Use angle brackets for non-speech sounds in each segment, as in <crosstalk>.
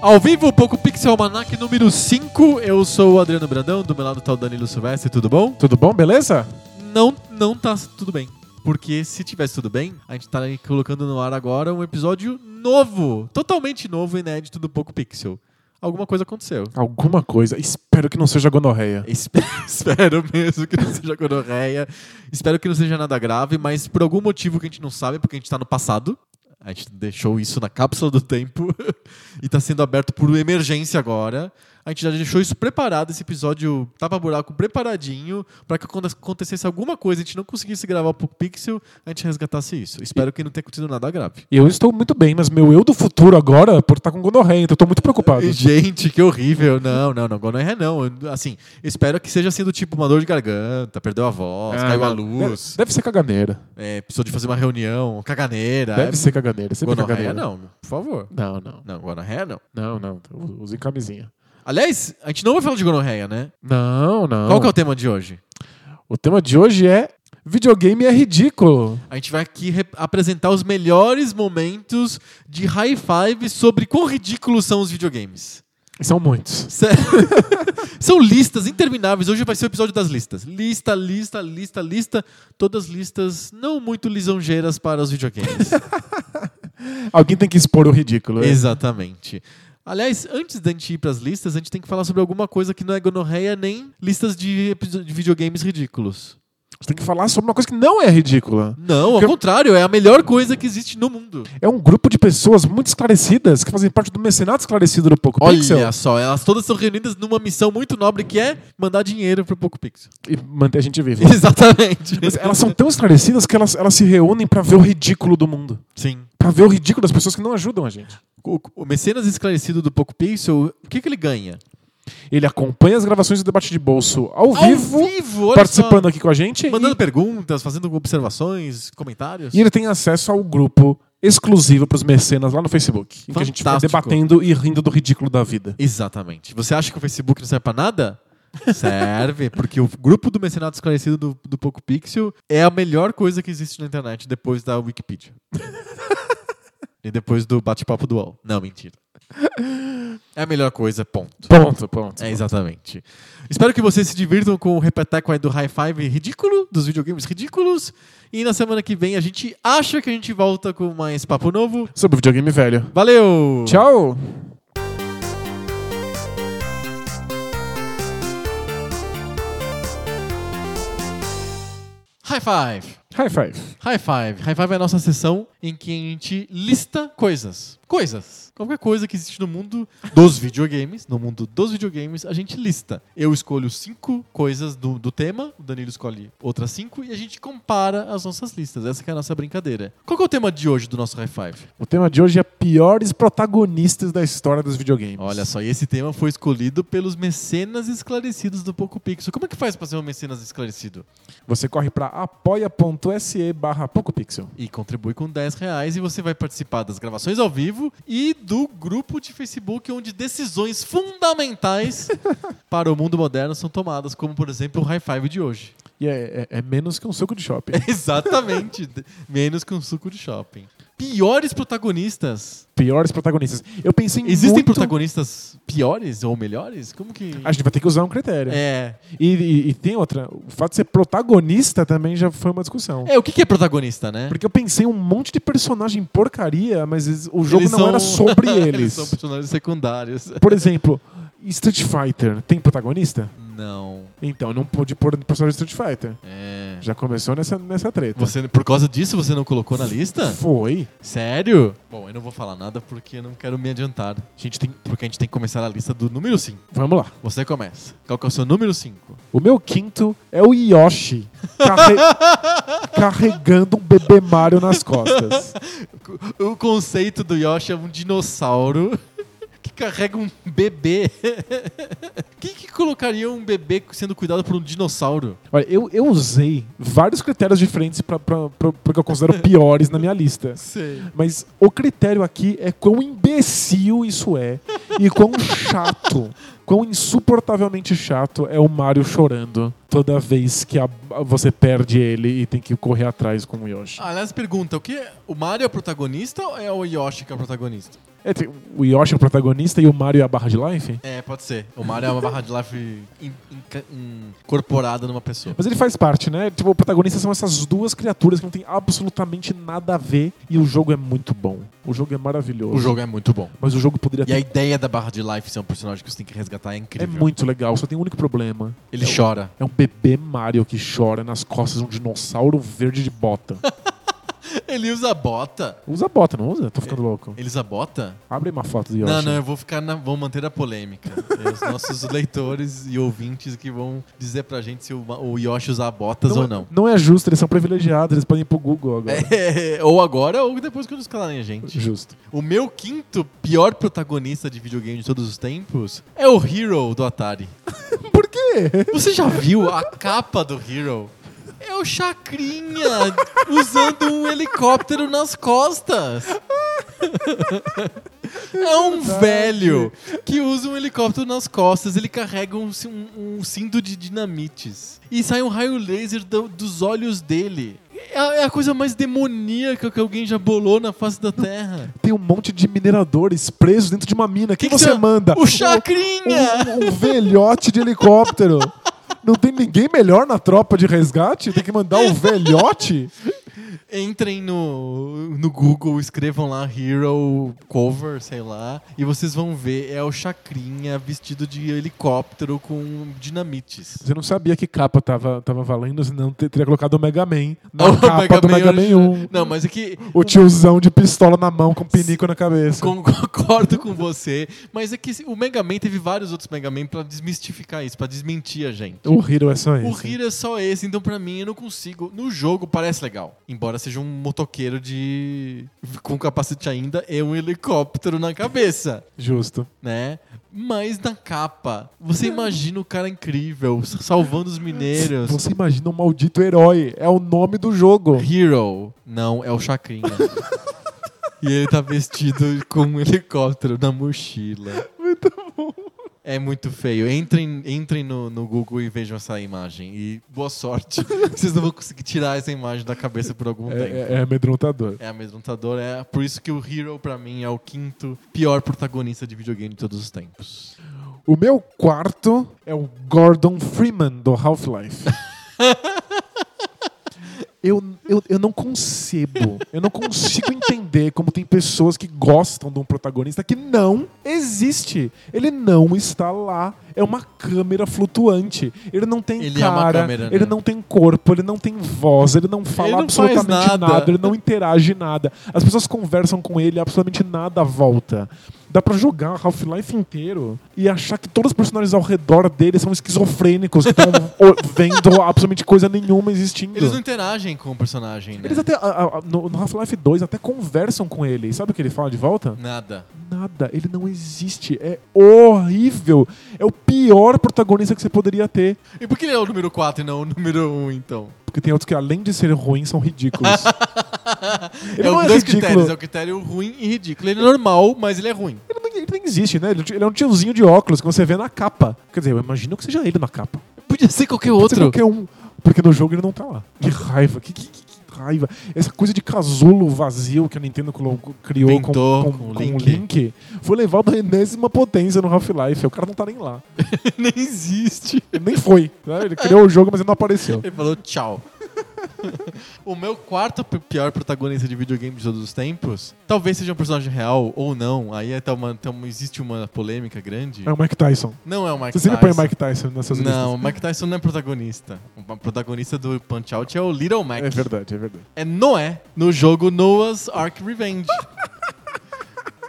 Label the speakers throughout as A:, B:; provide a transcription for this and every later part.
A: Ao vivo, Poco Pixel Almanac número 5. Eu sou o Adriano Brandão, do meu lado tá o Danilo Silvestre, tudo bom?
B: Tudo bom, beleza?
A: Não, não tá tudo bem. Porque se tivesse tudo bem, a gente tá aí colocando no ar agora um episódio novo, totalmente novo, inédito do Poco Pixel. Alguma coisa aconteceu.
B: Alguma coisa. Espero que não seja gonorreia.
A: Espe- <laughs> Espero mesmo que não seja gonorreia. Espero que não seja nada grave, mas por algum motivo que a gente não sabe, porque a gente está no passado. A gente deixou isso na cápsula do tempo <laughs> e está sendo aberto por emergência agora. A gente já deixou isso preparado, esse episódio tava buraco preparadinho, para que quando acontecesse alguma coisa e a gente não conseguisse gravar o Pixel, a gente resgatasse isso. Espero que não tenha acontecido nada grave.
B: E eu estou muito bem, mas meu eu do futuro agora por estar com gonorreia, então eu tô muito preocupado.
A: E, Gente, que horrível. Não, não, não. Gonorreia não. Eu, Assim, espero que seja assim do tipo uma dor de garganta, perdeu a voz,
B: Ah,
A: caiu a
B: não.
A: luz,
B: Deve, deve ser caganeira.
A: é, precisou de fazer uma reunião, caganeira. É,
B: Deve ser caganeira. Sempre
A: Gonorreia
B: caganeira.
A: não, por favor.
B: Não, não.
A: Não, gonorreia não.
B: Não, não. Usem camisinha.
A: Aliás, a gente não vai falar de gonorreia, né?
B: Não, não.
A: Qual que é o tema de hoje?
B: O tema de hoje é videogame é ridículo.
A: A gente vai aqui re- apresentar os melhores momentos de high five sobre quão ridículos são os videogames.
B: E São muitos.
A: Sério. <laughs> São listas intermináveis. Hoje vai ser o episódio das listas. Lista, lista, lista, lista. Todas listas não muito lisonjeiras para os <laughs> videogames.
B: Alguém tem que expor o ridículo. né?
A: Exatamente. Aliás, antes da gente ir para as listas, a gente tem que falar sobre alguma coisa que não é gonorreia nem listas de, episo- de videogames ridículos.
B: Você tem que falar sobre uma coisa que não é ridícula.
A: Não, ao
B: Que-
A: contrário, é a melhor coisa que existe no mundo.
B: É um grupo de pessoas muito esclarecidas que fazem parte do mecenato esclarecido do Poco Pixel.
A: Olha só, elas todas são reunidas numa missão muito nobre que é mandar dinheiro pro Poco Pixel.
B: E manter a gente vivo.
A: <laughs> Exatamente.
B: Mas elas são tão esclarecidas que elas, elas se reúnem pra ver o ridículo do mundo.
A: Sim.
B: Pra ver o ridículo das pessoas que não ajudam a gente.
A: O, o mecenas esclarecido do Poco Pixel, o que, que ele ganha?
B: Ele acompanha as gravações do debate de bolso ao, vivo,
A: olha
B: participando
A: só.
B: aqui com a gente.
A: Mandando
B: E,
A: perguntas, fazendo observações, comentários.
B: e ele tem acesso ao grupo exclusivo pros mecenas lá no Facebook. Em que a gente fica
A: Fantástico.
B: debatendo e rindo do ridículo da vida.
A: Exatamente. Você acha que o Facebook não serve pra nada? Serve, porque o grupo do Mecenato Esclarecido do, do Poco Pixel é a melhor coisa que existe na internet depois da Wikipedia. <laughs> e depois do bate-papo do UOL. Não, mentira. É a melhor coisa, ponto.
B: Ponto, ponto.
A: É, exatamente. Espero que vocês se divirtam com o repeteco aí do High Five ridículo, dos videogames ridículos. E na semana que vem a gente acha que a gente volta com mais papo novo.
B: Sobre o videogame velho.
A: Valeu!
B: Tchau!
A: High Five!
B: High five.
A: High Five. High Five é a nossa sessão em que a gente lista coisas. Coisas. Qualquer coisa que existe no mundo dos videogames, no mundo dos videogames, a gente lista. Eu escolho cinco coisas do, do tema, o Danilo escolhe outras cinco e a gente compara as nossas listas. Essa que é a nossa brincadeira. Qual que é o tema de hoje do nosso High Five?
B: O tema de hoje é piores protagonistas da história dos videogames.
A: Olha só, e esse tema foi escolhido pelos mecenas esclarecidos do Poco Pixel. Como é que faz pra ser um mecenas esclarecido?
B: Você corre pra apoia.se barra PocoPixel.
A: e contribui com 10 reais e você vai participar das gravações ao vivo e do grupo de Facebook onde decisões
B: <laughs>
A: fundamentais para o mundo moderno são tomadas, como por exemplo o High Five de hoje. <laughs>
B: E é, é- é menos que um suco de shopping.
A: Exatamente, D- menos que um suco de shopping. Piores protagonistas.
B: Piores protagonistas. Eu pensei em
A: Existem
B: muito-
A: protagonistas piores ou melhores? Como que
B: A gente vai ter que usar um critério.
A: é,
B: E, e- e tem outra. O fato de ser protagonista também já foi uma discussão.
A: é, o que que é protagonista, né?
B: Porque eu pensei em um monte de personagem porcaria, mas eles- o jogo
A: Eles
B: não
A: são-
B: era
A: <laughs>
B: sobre
A: eles
B: eles.
A: são personagens secundários.
B: Por exemplo, Street Fighter tem protagonista?
A: Não.
B: Então, não pôde pôr personagem de Street Fighter.
A: É.
B: Já começou nessa, nessa treta.
A: Você, é por causa disso, você não colocou na lista?
B: Foi.
A: Sério? Bom, eu não vou falar nada porque eu não quero me adiantar. A gente tem, porque a gente tem que começar a lista do número 5.
B: Vamos lá.
A: Você começa. Qual que é o seu número 5?
B: O meu quinto é o Yoshi carre- carregando um bebê Mario nas costas.
A: O conceito do Yoshi é um dinossauro <laughs> que carrega um bebê. <laughs> Quem que colocaria um bebê sendo cuidado por um dinossauro?
B: Olha, eu, eu usei vários critérios diferentes para que eu considero piores na minha lista.
A: Sei.
B: Mas o critério aqui é quão imbecil isso é e quão chato, quão insuportavelmente chato é o Mario chorando toda vez que a- a- você perde ele e tem que correr atrás com o Yoshi.
A: Aliás, pergunta, o que o Mario é o protagonista ou é o Yoshi que é o protagonista?
B: É, tem- o Yoshi é o protagonista e o Mario é a barra de life?
A: É, pode ser. O Mario é uma barra de life in- inca- incorporada numa pessoa.
B: Mas ele faz parte, né? Tipo, o protagonista são essas duas criaturas que não tem absolutamente nada a ver e o jogo é muito bom. O jogo é maravilhoso.
A: O jogo é muito bom.
B: Mas o jogo poderia
A: E a
B: ter...
A: ideia da barra de life ser um personagem que você tem que resgatar é
B: É
A: incrível.
B: muito legal, só tem um único problema.
A: Ele chora.
B: É um bebê Mario que chora nas costas de um dinossauro verde
A: <laughs>
B: de bota.
A: Ele usa bota.
B: usa bota, não usa? Tô ficando louco.
A: Ele usa bota?
B: Abre uma foto de
A: É.
B: Yoshi.
A: Não, é não, eu vou ficar na. Vou manter a polêmica. É os
B: <laughs>
A: nossos leitores e ouvintes que vão dizer pra gente se o, Ma- o Yoshi usar botas ou não.
B: Não é justo, eles são privilegiados, eles podem ir pro Google agora.
A: É, ou agora ou depois que eles calarem a gente.
B: Justo.
A: O meu quinto pior protagonista de videogame de todos os tempos é o Hero do Atari.
B: Por quê? <laughs>
A: Você já viu a capa do Hero? É o Chacrinha usando um helicóptero nas <laughs> costas. É um velho que usa um helicóptero nas costas. Ele carrega um, ci- um- um cinto de dinamites. E sai um raio laser do- dos olhos dele. É a, é a coisa mais demoníaca que alguém já bolou na face da Terra.
B: Tem um monte de mineradores presos dentro de uma mina. Quem
A: Que que
B: você
A: você-
B: manda?
A: O Chacrinha!
B: Um, um- um velhote de helicóptero. Não tem ninguém melhor na tropa de resgate? Tem que mandar o velhote?
A: Entrem no, no Google, escrevam lá Hero Cover, sei lá, e vocês vão ver. É o Chacrinha vestido de helicóptero com dinamites.
B: Você não sabia que capa tava, tava valendo, senão ter- teria colocado o Mega Man na
A: <laughs> O
B: capa do Mega
A: Man
B: Man 1.
A: Não, mas é que
B: O tiozão de pistola na mão com pinico na cabeça.
A: con- <laughs> concordo com você, mas é que o Mega Man teve vários outros Mega Man pra desmistificar isso, pra desmentir a gente.
B: O Hero é só
A: O
B: esse.
A: Hero é só esse, então pra mim eu não consigo. No jogo parece legal, embora seja um motoqueiro de com capacete ainda e um helicóptero na cabeça.
B: Justo.
A: né? Mas na capa, você imagina o cara incrível salvando os mineiros.
B: Você imagina um maldito herói. É o nome do jogo.
A: Hero. Não, é o
B: <laughs>
A: Chacrinha. e ele tá vestido com um helicóptero na mochila. Muito bom. É muito feio. Entrem, entrem no, no Google e vejam essa imagem. E boa
B: <laughs>
A: sorte. Vocês não vão conseguir tirar essa imagem da cabeça por algum
B: É,
A: tempo.
B: é, é amedrontador.
A: É amedrontador, é por isso que o Hero, pra mim, é o quinto pior protagonista de videogame de todos os tempos.
B: O meu quarto é o Gordon Freeman do
A: <laughs>
B: Half-Life. Eu, eu, eu não concebo, eu não consigo entender como tem pessoas que gostam de um protagonista que não existe. Ele não está lá. É uma câmera flutuante. Ele não tem
A: Ele é uma
B: cara,
A: câmera, né?
B: ele não tem corpo, ele não tem voz, ele não fala
A: Ele não faz
B: absolutamente
A: nada.
B: ele não interage nada. As pessoas conversam com ele, absolutamente nada volta. Dá pra jogar Half-Life inteiro e achar que todos os personagens ao redor dele são esquizofrênicos,
A: <laughs>
B: que estão vendo absolutamente coisa nenhuma existindo.
A: Eles não interagem com o personagem, né?
B: Eles até, a- a- a- no, no Half-Life 2, até conversam com ele. E sabe o que ele fala de volta?
A: Nada.
B: Nada. Ele não existe. É horrível. É o pior protagonista que você poderia ter.
A: E por que ele é o número 4 e não o número 1, então?
B: Porque tem outros que, além de ser ruins, são
A: <laughs>
B: ridículos. Ele
A: é
B: não
A: os
B: é
A: dois
B: ridículo.
A: critérios. É o critério ruim e ridículo. Ele é normal, mas ele é ruim.
B: Ele não- Ele nem existe, né? Ele ele é um tiozinho de óculos que você vê na capa. Quer dizer, eu imagino que seja ele na capa.
A: Podia ser qualquer
B: Pode ser
A: outro.
B: qualquer um. Porque no jogo ele não tá lá. Que raiva, que, que- que- que raiva. Essa coisa de casulo vazio que a Nintendo colo- criou com,
A: Pintou
B: com-
A: com o
B: com o
A: Link.
B: Link foi levado à enésima potência no Half-Life. O cara não tá nem lá. <laughs>
A: Nem existe.
B: Ele nem foi. né? Ele criou o jogo, mas ele não apareceu.
A: Ele falou tchau. <laughs> O meu quarto pi- pior protagonista de videogame de todos os tempos, talvez seja um personagem real ou não. Aí é, tá uma, tá uma- existe uma polêmica grande.
B: É o Mike Tyson.
A: Não é o Mike
B: Você sempre põe o Mike Tyson nessas listas.
A: Não, o Mike Tyson não é protagonista. O protagonista do Punch Out é o Little Mac.
B: É verdade, é verdade.
A: é Noé no jogo Noah's Ark Revenge.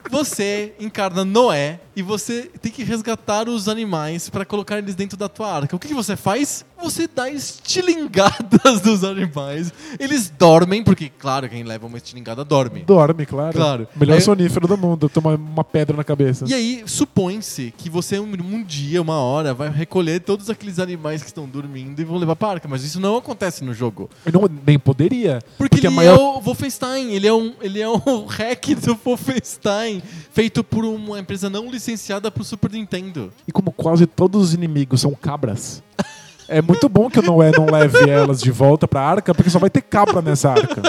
A: Você encarna Noé e você tem que resgatar os animais pra colocar eles dentro da tua arca. O que, que você faz? Você dá estilingadas <laughs> nos animais. Eles dormem, porque, claro, quem leva uma estilingada dorme.
B: Dorme, claro.
A: É. Claro.
B: Melhor
A: Aí-
B: sonífero do mundo, toma uma pedra na cabeça.
A: E aí, supõe-se que você um, um dia, uma hora, vai recolher todos aqueles animais que estão dormindo e vão levar pra arca. Mas isso não acontece no jogo.
B: Eu não- nem poderia.
A: Porque,
B: a
A: ele
B: maior
A: é o Wolfenstein, ele é um, ele é um <laughs> hack do Wolfenstein, feito por uma empresa não licenciada pro Super Nintendo.
B: E como quase todos os inimigos são cabras, é muito bom que o Noé não leve elas de volta pra arca, porque só vai ter cabra nessa arca.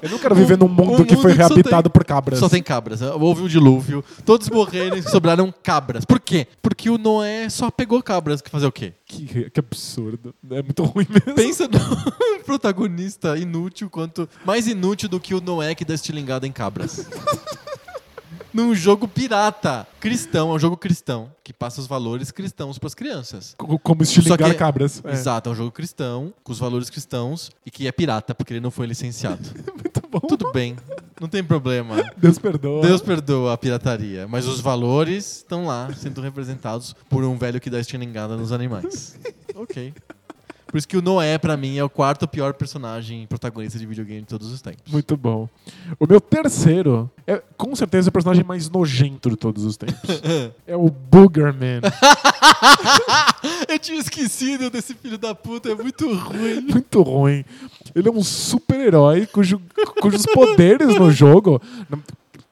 B: Eu não quero viver num mundo
A: um
B: que foi
A: mundo que só
B: reabitado
A: tem-
B: por cabras.
A: Só tem cabras, né? houve um dilúvio, todos morreram e sobraram cabras. Por quê? Porque o Noé só pegou cabras, que fazer o quê?
B: Que, que absurdo. É muito ruim mesmo.
A: Pensa num <laughs> protagonista inútil quanto mais inútil do que o Noé que dá estilingada em cabras. Num jogo pirata, cristão, é um jogo cristão, que passa os valores cristãos pras crianças.
B: Co- Como estilingar
A: Só que-
B: cabras. É.
A: Exato, é um jogo cristão, com os valores cristãos, e que é pirata, porque ele não foi <laughs> licenciado.
B: Muito bom.
A: Tudo bem, não tem problema.
B: Deus perdoa.
A: Deus perdoa a pirataria, mas os valores estão lá, sendo representados por um velho que dá estilingada nos animais. <laughs> Ok. Por isso que o Noé, pra mim, é o quarto pior personagem protagonista de videogame de todos os tempos.
B: Muito bom. O meu terceiro é com certeza o personagem mais nojento de todos os
A: <laughs>
B: tempos. é o Boogerman.
A: Eu tinha esquecido desse filho da puta, é muito ruim.
B: <laughs> muito ruim. Ele é um super-herói cujo- cujos poderes no jogo, na-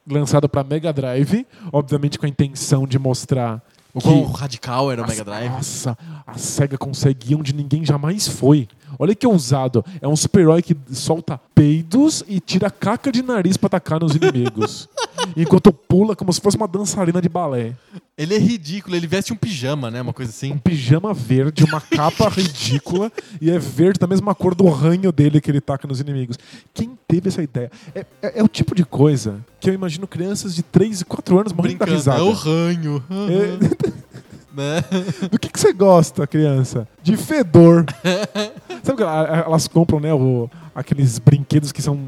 B: lançado pra Mega Drive, obviamente com a intenção de mostrar
A: O
B: que-
A: quão radical era o Mega
B: Nossa,
A: Drive.
B: Nossa, a SEGA consegue onde ninguém jamais foi. Olha que ousado. É um super-herói que solta peidos e tira caca de nariz pra atacar
A: <laughs>
B: nos inimigos. enquanto pula como se fosse uma dançarina de balé.
A: Ele é ridículo, ele veste um pijama, né? Uma coisa
B: Um
A: assim.
B: pijama verde,
A: <laughs>
B: uma capa ridícula e é verde da mesma cor do ranho dele que ele taca nos inimigos. Quem teve essa ideia? É, é- é o tipo de coisa que eu imagino crianças de 3 e 4 anos morrendo da
A: Brincando,
B: risada.
A: é o ranho.
B: É,
A: <laughs> né?
B: <laughs> Do que, que você gosta, criança? De fedor.
A: <laughs>
B: Sabe que ela- elas compram, né, o- aqueles brinquedos que são,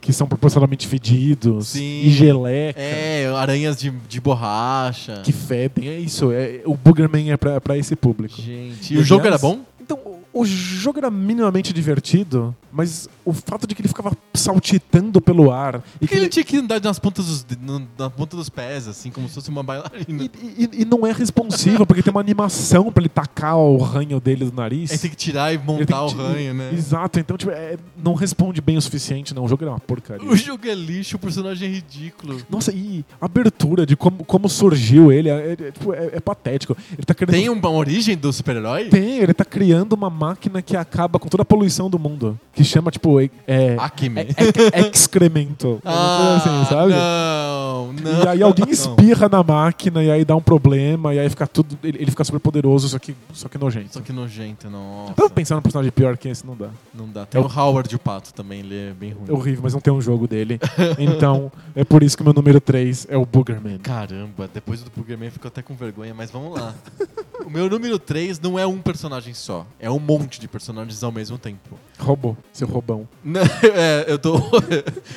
B: que são proporcionalmente fedidos
A: Sim.
B: e geleca.
A: É, aranhas de, de borracha.
B: Que fedem, é isso. É, o Boogerman é pra, pra esse público.
A: Gente. E o jogo era bom?
B: Então, o- o jogo era minimamente divertido, mas o fato de que ele ficava saltitando pelo ar e
A: Porque
B: que ele-
A: ele tinha que andar nas pontas dos, de- no- na ponta dos pés, assim, como se fosse uma bailarina.
B: e, e- e não é responsivo, porque tem uma animação pra ele tacar o ranho dele do nariz.
A: Aí É, tem que tirar e
B: Ele tem
A: montar o
B: que-
A: ranho, né?
B: Exato, então tipo, é- não responde bem o suficiente, não. O jogo era uma porcaria.
A: O jogo é lixo, o personagem é ridículo.
B: Nossa, e a abertura de como, como surgiu ele é, é, tipo, é- é patético. Ele tá querendo.
A: Tem um, uma origem do super-herói?
B: Tem, ele tá criando uma máquina que acaba com toda a poluição do mundo. Que chama, tipo, é, é,
A: Acme.
B: é- é- excremento.
A: <laughs> Ah,
B: Uma coisa assim, sabe?
A: não, não.
B: E aí alguém
A: não.
B: espirra na máquina e aí dá um problema, e aí fica tudo. Ele, ele fica super poderoso, só que, só que nojento.
A: Só que nojento, nossa.
B: Tava pensando num personagem pior que esse, não dá.
A: Não dá. Tem
B: Eu-
A: o Howard, o pato também, ele é bem ruim.
B: É horrível, mas não tem um jogo
A: <laughs>
B: dele. Então, é por isso que meu número 3 é o Boogerman.
A: Caramba, depois do Boogerman ficou até com vergonha, mas vamos lá. o meu número 3 não é um personagem só, é um monte de personagens ao mesmo tempo. <laughs>
B: Roubou, seu roubão.
A: Não, é, eu tô. <laughs>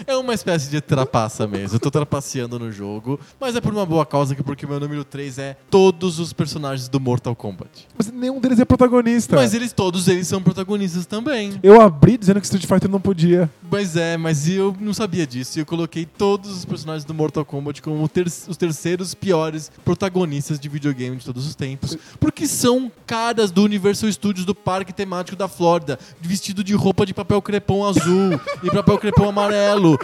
A: é uma espécie de trapaça mesmo. Eu tô trapaceando no jogo, mas é por uma boa causa, que porque o meu número 3 é todos os personagens do Mortal Kombat.
B: Mas nenhum deles é protagonista.
A: Mas eles, todos eles são protagonistas também.
B: Eu abri dizendo que Street Fighter não podia.
A: Pois é, mas eu não sabia disso. E eu coloquei todos os personagens do Mortal Kombat como ter- os terceiros piores protagonistas de videogame de todos os tempos. Porque são caras do Universal Studios do Parque Temático da Flórida, vestido de roupa de papel crepom azul e papel crepom amarelo,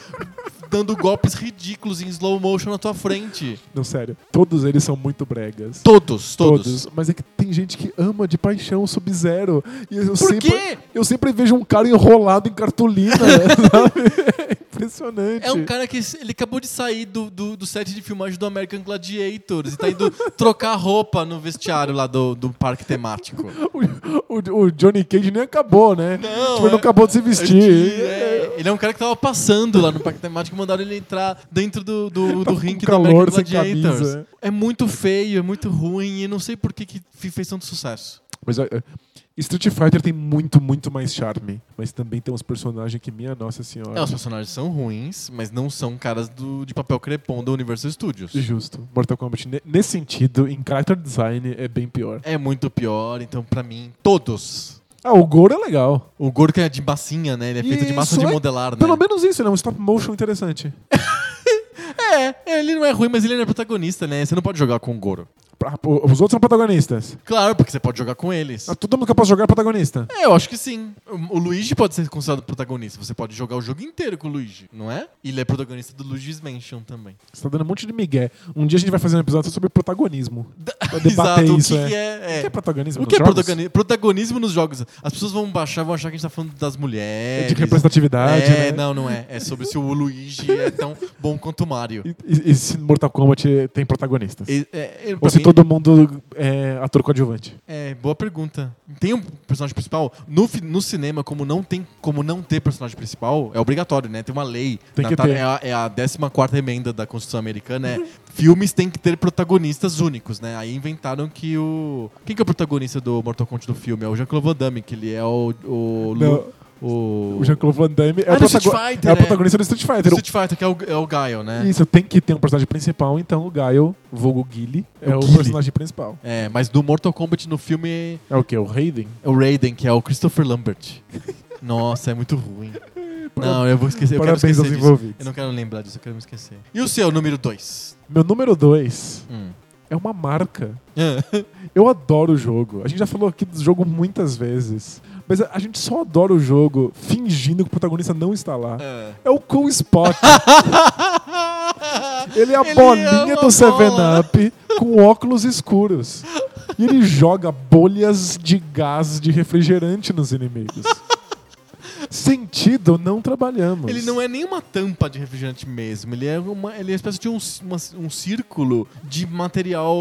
A: dando golpes ridículos em slow motion na tua frente.
B: Não, sério. Todos eles são muito bregas.
A: Todos, todos.
B: Mas é que tem gente que ama de paixão o Sub-Zero. E eu
A: Por
B: sempre,
A: quê? <laughs>
B: Eu sempre vejo um cara enrolado em cartolina. né? sabe? impressionante.
A: É um cara que ele acabou de sair do, do, do set de filmagem do American Gladiators e tá indo <laughs> trocar roupa no vestiário lá do, do parque
B: <laughs>
A: temático.
B: O, o- o Johnny Cage nem acabou, né?
A: Não,
B: Tipo, ele não
A: é-
B: acabou de se vestir.
A: É, ele é um cara que tava passando lá no parque temático e mandaram ele entrar dentro do, do, do
B: Tá com
A: ringue do
B: calor,
A: American
B: sem
A: Gladiators.
B: camisa.
A: É muito feio, é muito ruim e não sei por que, que fez tanto sucesso.
B: Mas ó, Street Fighter tem muito, muito mais charme. Mas também tem uns personagens que, minha nossa senhora.
A: É, os personagens são ruins, mas não são caras do, de papel crepom da Universal Studios.
B: Justo. Mortal Kombat, ne- nesse sentido, em character design, é bem pior.
A: É muito pior, então pra mim, todos.
B: Ah, o Goro é legal.
A: O Gorka é de massinha, né? Ele é feito de massa
B: Isso
A: de
B: é-
A: modelar, né?
B: Pelo menos isso, ele é um stop motion interessante.
A: É, ele não é ruim, mas ele não é protagonista, né? Você não pode jogar com o Goro.
B: Pra- o- Os outros são protagonistas.
A: Claro, porque você pode jogar com eles.
B: Ah, Todo mundo que eu posso jogar é protagonista.
A: É, eu acho que sim. O o Luigi pode ser considerado protagonista. Você pode jogar o jogo inteiro com o Luigi, não é? Ele é protagonista do Luigi's Mansion também.
B: Você tá dando um monte de migué. Um dia a gente vai fazer um episódio só sobre protagonismo. Pra
A: <laughs> Exato,
B: debater
A: o
B: isso,
A: que que é,
B: é.
A: é.
B: O que é protagonismo
A: O que é
B: nos jogos?
A: protagoni- protagonismo nos jogos? As pessoas vão baixar, vão achar que a gente tá falando das
B: É
A: mulheres.
B: de representatividade,
A: É,
B: né?
A: não, não é. É sobre se o Luigi é tão bom quanto o
B: <laughs>
A: Mario.
B: E, e- e se Mortal Kombat tem protagonistas?
A: E- é- é- pra
B: Ou se
A: mim,
B: todo mundo é ator coadjuvante?
A: É, boa pergunta. Tem um personagem principal? No, fi- no cinema, como não, tem, como não ter personagem principal, é obrigatório, né? Tem uma lei.
B: Tem que
A: ta-
B: ter.
A: É a, é a 14 emenda da Constituição Americana, é <laughs> filmes têm que ter protagonistas únicos, né? Aí inventaram que o... Quem que é o protagonista do Mortal Kombat do filme? É o Jean-Claude Van Damme, que ele é o... o, Lu-
B: Não,
A: o-
B: o Jean-Claude Van Damme é,
A: Ah,
B: o
A: do Street
B: protago-
A: Fighter,
B: é o
A: né?
B: protagonista do Street Fighter.
A: Street Fighter, que é o, é o Gaio, né?
B: Isso, tem que ter um personagem principal, então o Gaio, vulgo Guile, é
A: O
B: o,
A: Guile.
B: personagem principal.
A: É, mas do Mortal Kombat no filme
B: É o quê? O Raiden?
A: é o Raiden, que é o Christopher
B: <laughs>
A: Lambert. Nossa, é muito ruim. Não, eu vou esquecer. Eu quero
B: Parabéns
A: esquecer
B: aos
A: disso.
B: envolvidos.
A: Eu não quero lembrar disso, eu quero me esquecer. E o seu, número 2?
B: Meu número 2
A: Hum.
B: é uma marca. Eu adoro o jogo. A gente já falou aqui do jogo muitas vezes. Mas a a gente só adora o jogo fingindo que o protagonista não está lá. É o
A: <laughs>
B: Cool Spot. Ele é a
A: Ele é
B: bolinha
A: uma
B: do 7
A: bola.
B: Up com óculos escuros. E ele joga bolhas de gás de refrigerante nos inimigos. Sentido, não
A: <laughs>
B: trabalhamos.
A: Ele não é nem uma tampa de refrigerante mesmo, ele é uma, ele é uma espécie de um, c- uma- um círculo de material.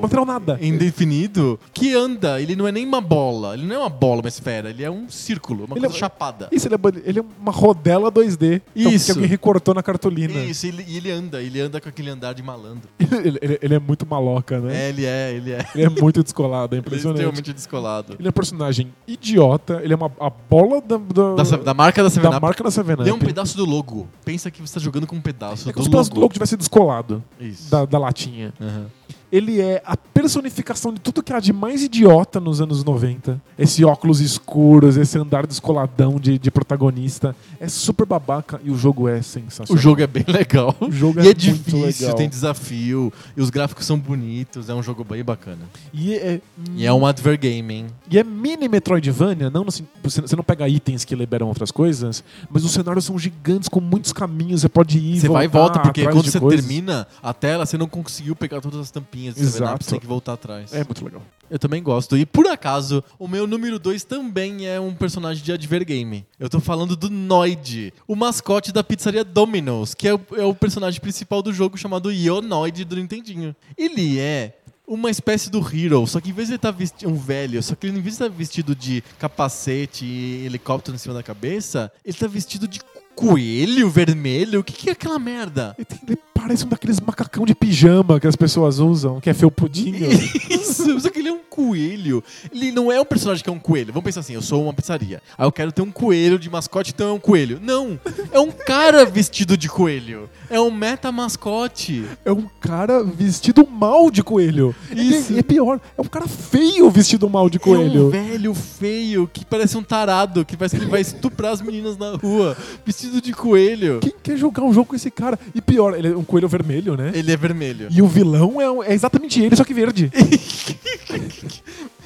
B: material nada.
A: Indefinido que anda, ele não é nem uma bola, ele não é uma bola, uma esfera, ele é um círculo, uma
B: Ele
A: coisa
B: é-
A: chapada.
B: Isso, ele é, boli- ele é uma rodela 2D. então,
A: Isso.
B: Que alguém recortou na cartolina.
A: Isso, ele, e ele anda, ele anda com aquele andar de malandro.
B: Ele, ele- ele é muito maloca, né?
A: É, ele é, ele é.
B: Ele é muito descolado,
A: Ele
B: é
A: é
B: impressionante. Ele,
A: extremamente descolado.
B: é um personagem idiota, ele é uma a bola da, da,
A: Da, da marca da
B: da
A: 7
B: marca da Seven Up.
A: Ele é um pedaço do logo. Pensa que você tá jogando com um pedaço
B: É
A: do
B: como se
A: logo.
B: o pedaço do logo tivesse descolado
A: Isso.
B: da, da latinha.
A: Aham.
B: Ele é a personificação de tudo que há de mais idiota nos anos 90. Esse óculos escuros, esse andar descoladão de, de protagonista. É super babaca e o jogo é
A: O
B: sensacional.
A: jogo é bem legal.
B: O jogo
A: e
B: é
A: é,
B: muito
A: difícil,
B: legal.
A: tem desafio. E os gráficos são bonitos. É um jogo bem bacana.
B: E é,
A: E é um advergame, hein?
B: E é mini Metroidvania, não no sen- você você não pega itens que liberam outras coisas, mas os cenários são gigantes com muitos caminhos, você pode ir
A: Você vai e volta, porque
B: atrás
A: quando
B: de
A: você
B: coisas.
A: termina a tela, você não conseguiu pegar todas as tampinhas.
B: Exato.
A: Exato. Você tem que voltar atrás.
B: É muito legal.
A: Eu também gosto. E por acaso, o meu número 2 também é um personagem de Advergame. Eu tô falando do Noid, o mascote da pizzaria Domino's, que é o, é o personagem principal do jogo chamado Ionoid do Nintendinho. Ele é uma espécie do Hero, só que em vez de ele estar vestido um velho, só que ele em vez de estar vestido de capacete e helicóptero em cima da cabeça, ele tá vestido de coelho vermelho. O que, que é aquela merda?
B: Ele, tem- ele parece um daqueles macacão de pijama que as pessoas usam, que
A: <laughs>
B: é felpudinho.
A: Isso, só que ele é um coelho. Ele não é um personagem que é um coelho. Vamos pensar assim, eu sou uma pizzaria. Aí eu quero ter um coelho de mascote, então é um coelho. Não, é um cara vestido de coelho. É um meta mascote.
B: é um cara vestido mal de coelho.
A: Isso.
B: E, e é pior, é um cara feio vestido mal de
A: É um
B: coelho.
A: velho feio que parece um tarado, que parece que ele vai estuprar as meninas na rua, vestido de coelho.
B: Quem quer jogar um jogo com esse cara? E pior, ele é um coelho vermelho, né?
A: Ele é vermelho.
B: E o vilão é, um- é exatamente ele, só que verde.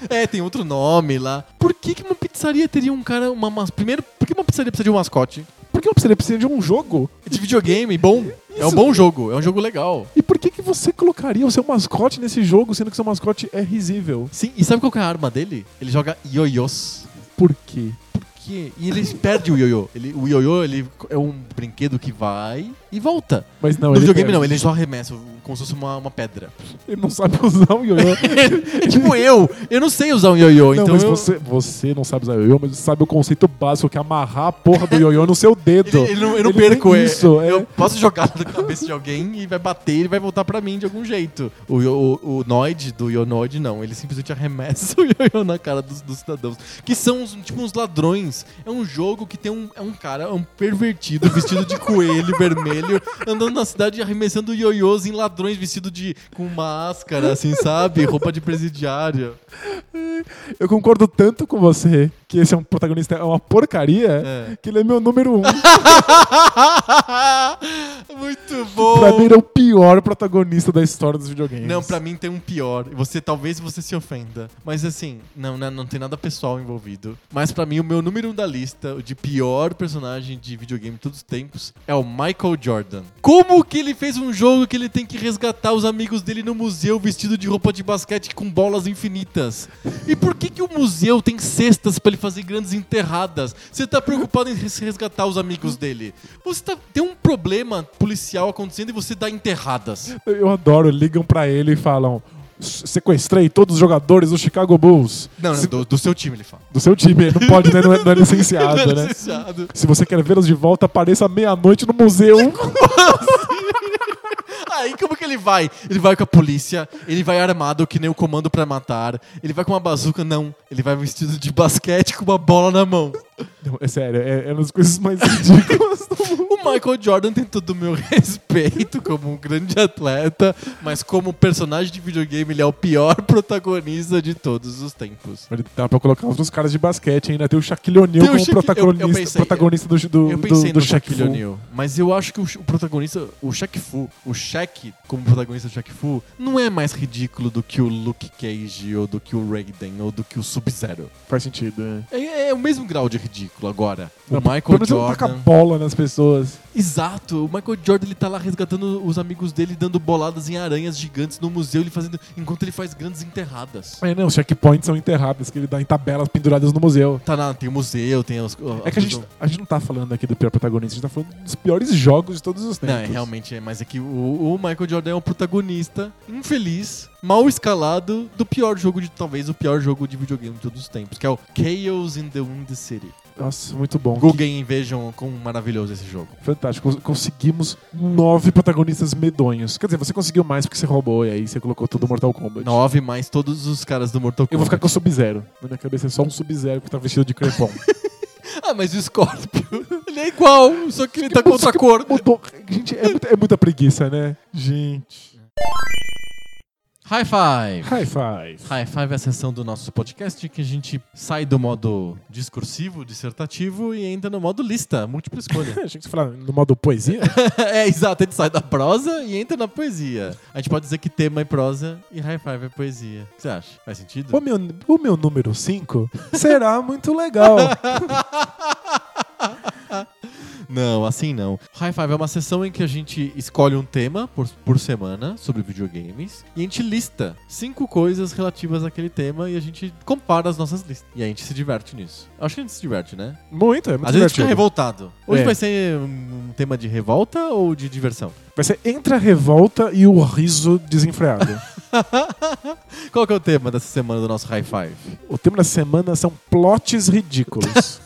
A: É, tem outro nome lá. Por que, que uma pizzaria teria um cara, uma mas... Primeiro, por que uma pizzaria precisa de um mascote?
B: Por que você precisa de um jogo?
A: De videogame, bom. É um
B: Isso.
A: bom jogo, é um jogo legal.
B: E por que, que você colocaria o seu mascote nesse jogo, sendo que seu mascote é risível?
A: Sim, e sabe qual que é a arma dele? Ele joga ioiôs.
B: Por quê?
A: Que quê? E
B: <laughs>
A: eles perdem o ioiô. Ele, o ioiô ele é um brinquedo que vai e volta.
B: Mas não,
A: no
B: ele,
A: videogame
B: perde.
A: não, ele só arremessa como se fosse uma, uma
B: <laughs>
A: pedra.
B: Ele não sabe usar
A: <laughs>
B: o ioiô.
A: tipo eu, eu não sei usar um ioiô,
B: Não,
A: então
B: mas
A: eu-
B: você, você não sabe usar o ioiô, mas você sabe o conceito básico, que é amarrar a porra do ioiô no seu dedo.
A: ele- <laughs> ele não- eu não
B: Ele tem
A: perco é-
B: Isso, é.
A: Eu posso jogar na cabeça de alguém e vai bater, ele vai voltar pra mim de algum jeito. O, io- o, o Noid do Ionoid, não. Ele simplesmente arremessa <laughs> o Ioiô na cara dos, dos cidadãos. Que são uns, tipo uns ladrões. É um jogo que tem um, é um cara, é um pervertido, vestido de coelho vermelho, andando na cidade e arremessando ioiôs em ladrões vestido de. com máscara, assim, sabe? Roupa de presidiário.
B: Eu concordo tanto com você que esse é um protagonista, é uma porcaria,
A: É. <laughs>
B: que ele é meu número um.
A: Muito bom!
B: Pra mim, ele é o pior protagonista da história dos videogames.
A: Não, pra mim tem um pior. Você talvez você se ofenda, mas assim, não, não, não tem nada pessoal envolvido. Mas pra mim o meu número um da lista o de pior personagem de videogame de todos os tempos é o Michael Jordan. Como que ele fez um jogo que ele tem que resgatar os amigos dele no museu vestido de roupa de basquete com bolas infinitas? E por que que o museu tem cestas pra ele fazer grandes enterradas? Você tá preocupado em res- resgatar os amigos dele? Você tá, tem um problema policial acontecendo e você dá enterradas.
B: Eu adoro, ligam pra ele e falam: "S- sequestrei todos os jogadores do Chicago Bulls.
A: Não, não
B: Se-
A: do, do seu time ele fala.
B: Do seu time, ele não pode, né? Não é, não
A: <laughs>
B: é licenciado, né?
A: Licenciado.
B: Se você quer vê-los de volta, apareça à meia-noite no museu.
A: é Aí como que ele vai? Ele vai com a polícia, ele vai armado que nem o comando pra matar, ele vai com uma bazuca, não. Ele vai vestido de basquete com uma bola na mão.
B: Não, é sério, é, é uma das coisas mais <laughs> ridículas do mundo.
A: O Michael Jordan tem todo o meu <laughs> respeito como um grande atleta, mas como personagem de videogame ele é o pior protagonista de todos os tempos.
B: Mas Dá pra colocar os caras de basquete ainda. Tem o Shaquille O'Neal
A: Tem o
B: como
A: Shaquille-
B: protagonista,
A: eu- eu pensei-
B: protagonista do, do,
A: Eu pensei
B: do, É, do
A: no Shaquille
B: Fu.
A: O'Neal, mas eu acho que o, o protagonista, o Shaq Fu, o Shaq como protagonista do Shaq Fu, não é mais ridículo do que o Luke Cage, ou do que o Raiden, ou do que o Sub-Zero.
B: Faz sentido, né?
A: É, é o mesmo grau de ridículo agora. O
B: Não, Pelo
A: Michael
B: menos ele não tá taca
A: Jordan.
B: bola nas pessoas.
A: Exato, o Michael Jordan ele tá lá resgatando os amigos dele, dando boladas em aranhas gigantes no museu, ele fazendo enquanto ele faz grandes enterradas.
B: É, não, os checkpoints são enterradas, que ele dá em tabelas penduradas no museu.
A: Tá na, tem o museu, tem os.
B: É que a gente, a gente não tá falando aqui do pior protagonista, a gente tá falando dos piores jogos de todos os tempos.
A: Não, é, realmente é, mas é que o, o Michael Jordan é o protagonista infeliz, mal escalado do pior jogo de talvez o pior jogo de videogame de todos os tempos, que é o Chaos in the Wind City.
B: Nossa, muito bom.
A: Google vejam como maravilhoso é esse jogo.
B: Que- Fantástico. Cons- Conseguimos nove protagonistas medonhos. Quer dizer, você conseguiu mais porque você roubou e aí você colocou todo o Mortal Kombat.
A: 9 mais todos os caras do Mortal Kombat.
B: Eu vou ficar com o Sub-Zero. Na minha cabeça é só um Sub-Zero que tá vestido de crepom.
A: Ah, mas o Scorpio, <laughs> ele é igual, só que ele tá com outra cor.
B: Mudou. Gente, é muita, é muita preguiça, né? Gente.
A: High five!
B: High five.
A: High five é a sessão do nosso podcast que a gente sai do modo discursivo, dissertativo e entra no modo lista, múltipla escolha.
B: Achei que você falava no modo poesia.
A: <laughs> é, exato, a gente sai da prosa e entra na poesia. A gente pode dizer que tema é prosa e high five é poesia. O que você acha? Faz sentido?
B: o, meu, o meu número 5 será muito legal.
A: Não, assim não. High Five é uma sessão em que a gente escolhe um tema por, por semana sobre videogames e a gente lista cinco coisas relativas àquele tema e a gente compara as nossas listas. E a gente se diverte nisso. Acho que a gente se diverte, né?
B: Muito, é muito
A: Às vezes a gente fica
B: divertido.
A: revoltado. Hoje
B: É.
A: vai ser um tema de revolta ou de diversão?
B: Vai ser entre a revolta e o riso desenfreado.
A: Qual que é o tema dessa semana do nosso High Five?
B: o tema da semana são
A: <laughs>
B: plotes ridículos.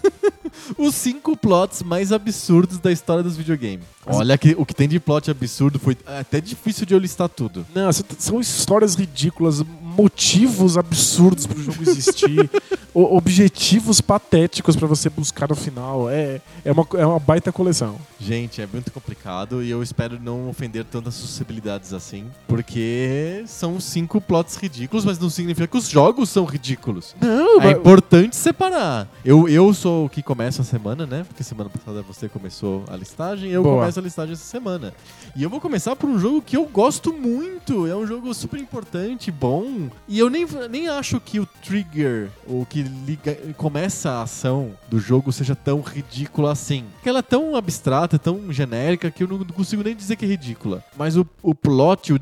A: Os cinco plots mais absurdos da história dos videogames. Olha que o que tem de plot absurdo foi até difícil de eu listar tudo.
B: Não, s- são histórias ridículas, motivos absurdos pro jogo existir, o- objetivos patéticos pra você buscar no final. É, é, uma, co- é uma baita coleção.
A: Gente, é muito complicado e eu espero não ofender tantas suscetibilidades assim, porque são cinco plots ridículos, mas não significa que os jogos são ridículos.
B: Não,
A: É importante separar. Eu, eu sou o que começa a semana, né? Porque semana passada você começou a listagem, eu
B: Boa.
A: começo a listagem essa semana. E eu vou começar por um jogo que eu gosto muito. É um jogo super importante, bom,
B: ação.
A: E eu nem, nem acho que o trigger, ou que liga, começa a ação do jogo, seja tão ridícula assim. Porque ela é tão abstrata, tão genérica, que eu não consigo nem dizer que é ridícula. Mas o, o plot, o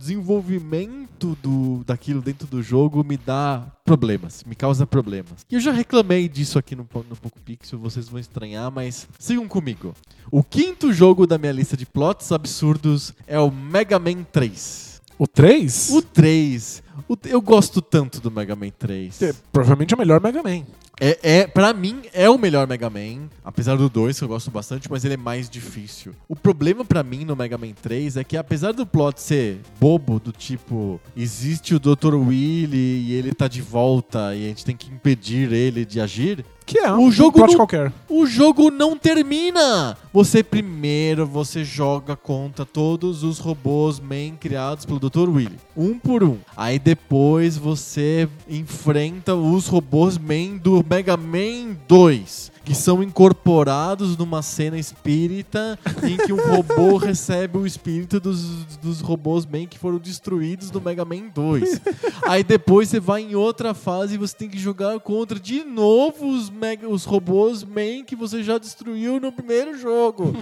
A: desenvolvimento do, daquilo dentro do jogo me dá problemas, me causa problemas. E eu já reclamei disso aqui no, Po- no Poco Pixel, vocês vão estranhar, mas sigam comigo. O quinto jogo da minha lista de plots absurdos é o Mega Man 3.
B: O 3?
A: O 3. O t- eu gosto tanto do Mega Man 3.
B: é provavelmente o melhor Mega Man.
A: É, é, pra mim, é o melhor Mega Man. Apesar do 2, que eu gosto bastante, mas ele é mais difícil. O problema pra mim no Mega Man 3 é que, apesar do plot ser bobo, do tipo, existe o Dr. Willy e ele tá de volta e a gente tem que impedir ele de agir,
B: Que é
A: O jogo
B: plot
A: não-
B: qualquer.
A: o jogo não termina! Você primeiro você joga contra todos os robôs main criados pelo Dr. Willy. Um por um. Aí depois você enfrenta os robôs main do Mega Man 2. Que são incorporados numa cena espírita em que um robô recebe o espírito dos, dos robôs main que foram destruídos do Mega Man 2. Aí depois você vai em outra fase e você tem que jogar contra de novo os, mega, os robôs main que você já destruiu no primeiro jogo.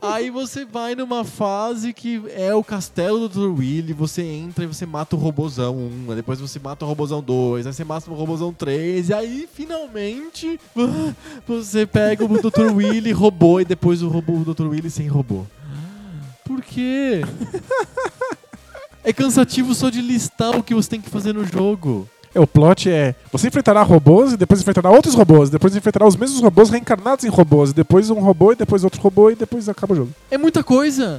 A: Aí você vai numa fase que é o castelo do Dr. Willy, você entra e você mata o robozão 1, aí depois você mata o robozão 2, aí você mata o robozão 3, e aí finalmente você pega o Dr. Willy robô e depois o, robô, o Dr. Willy sem robô. Por quê? É cansativo só de listar o que você tem que fazer no jogo.
B: É, o plot é você enfrentará robôs e depois enfrentará outros robôs, depois enfrentará os mesmos robôs reencarnados em robôs, e depois um robô e depois outro robô e depois acaba o jogo.
A: É muita coisa.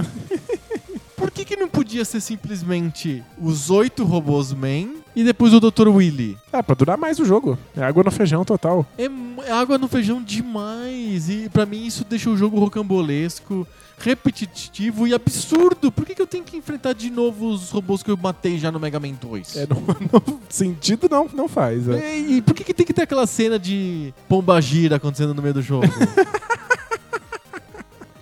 A: Por que, que não podia ser simplesmente os oito robôs man e depois o Dr. Willy?
B: É, pra durar mais o jogo. É água no feijão total.
A: É mu- é água no feijão demais. E pra mim isso deixa o jogo rocambolesco, repetitivo e absurdo. Por que, que eu tenho que enfrentar de novo os robôs que eu matei já no Mega Man 2?
B: É, não, <laughs> não- sentido não, não faz. é.
A: E, e por que, que tem que ter aquela cena de pomba gira acontecendo no meio do
B: <laughs>
A: jogo?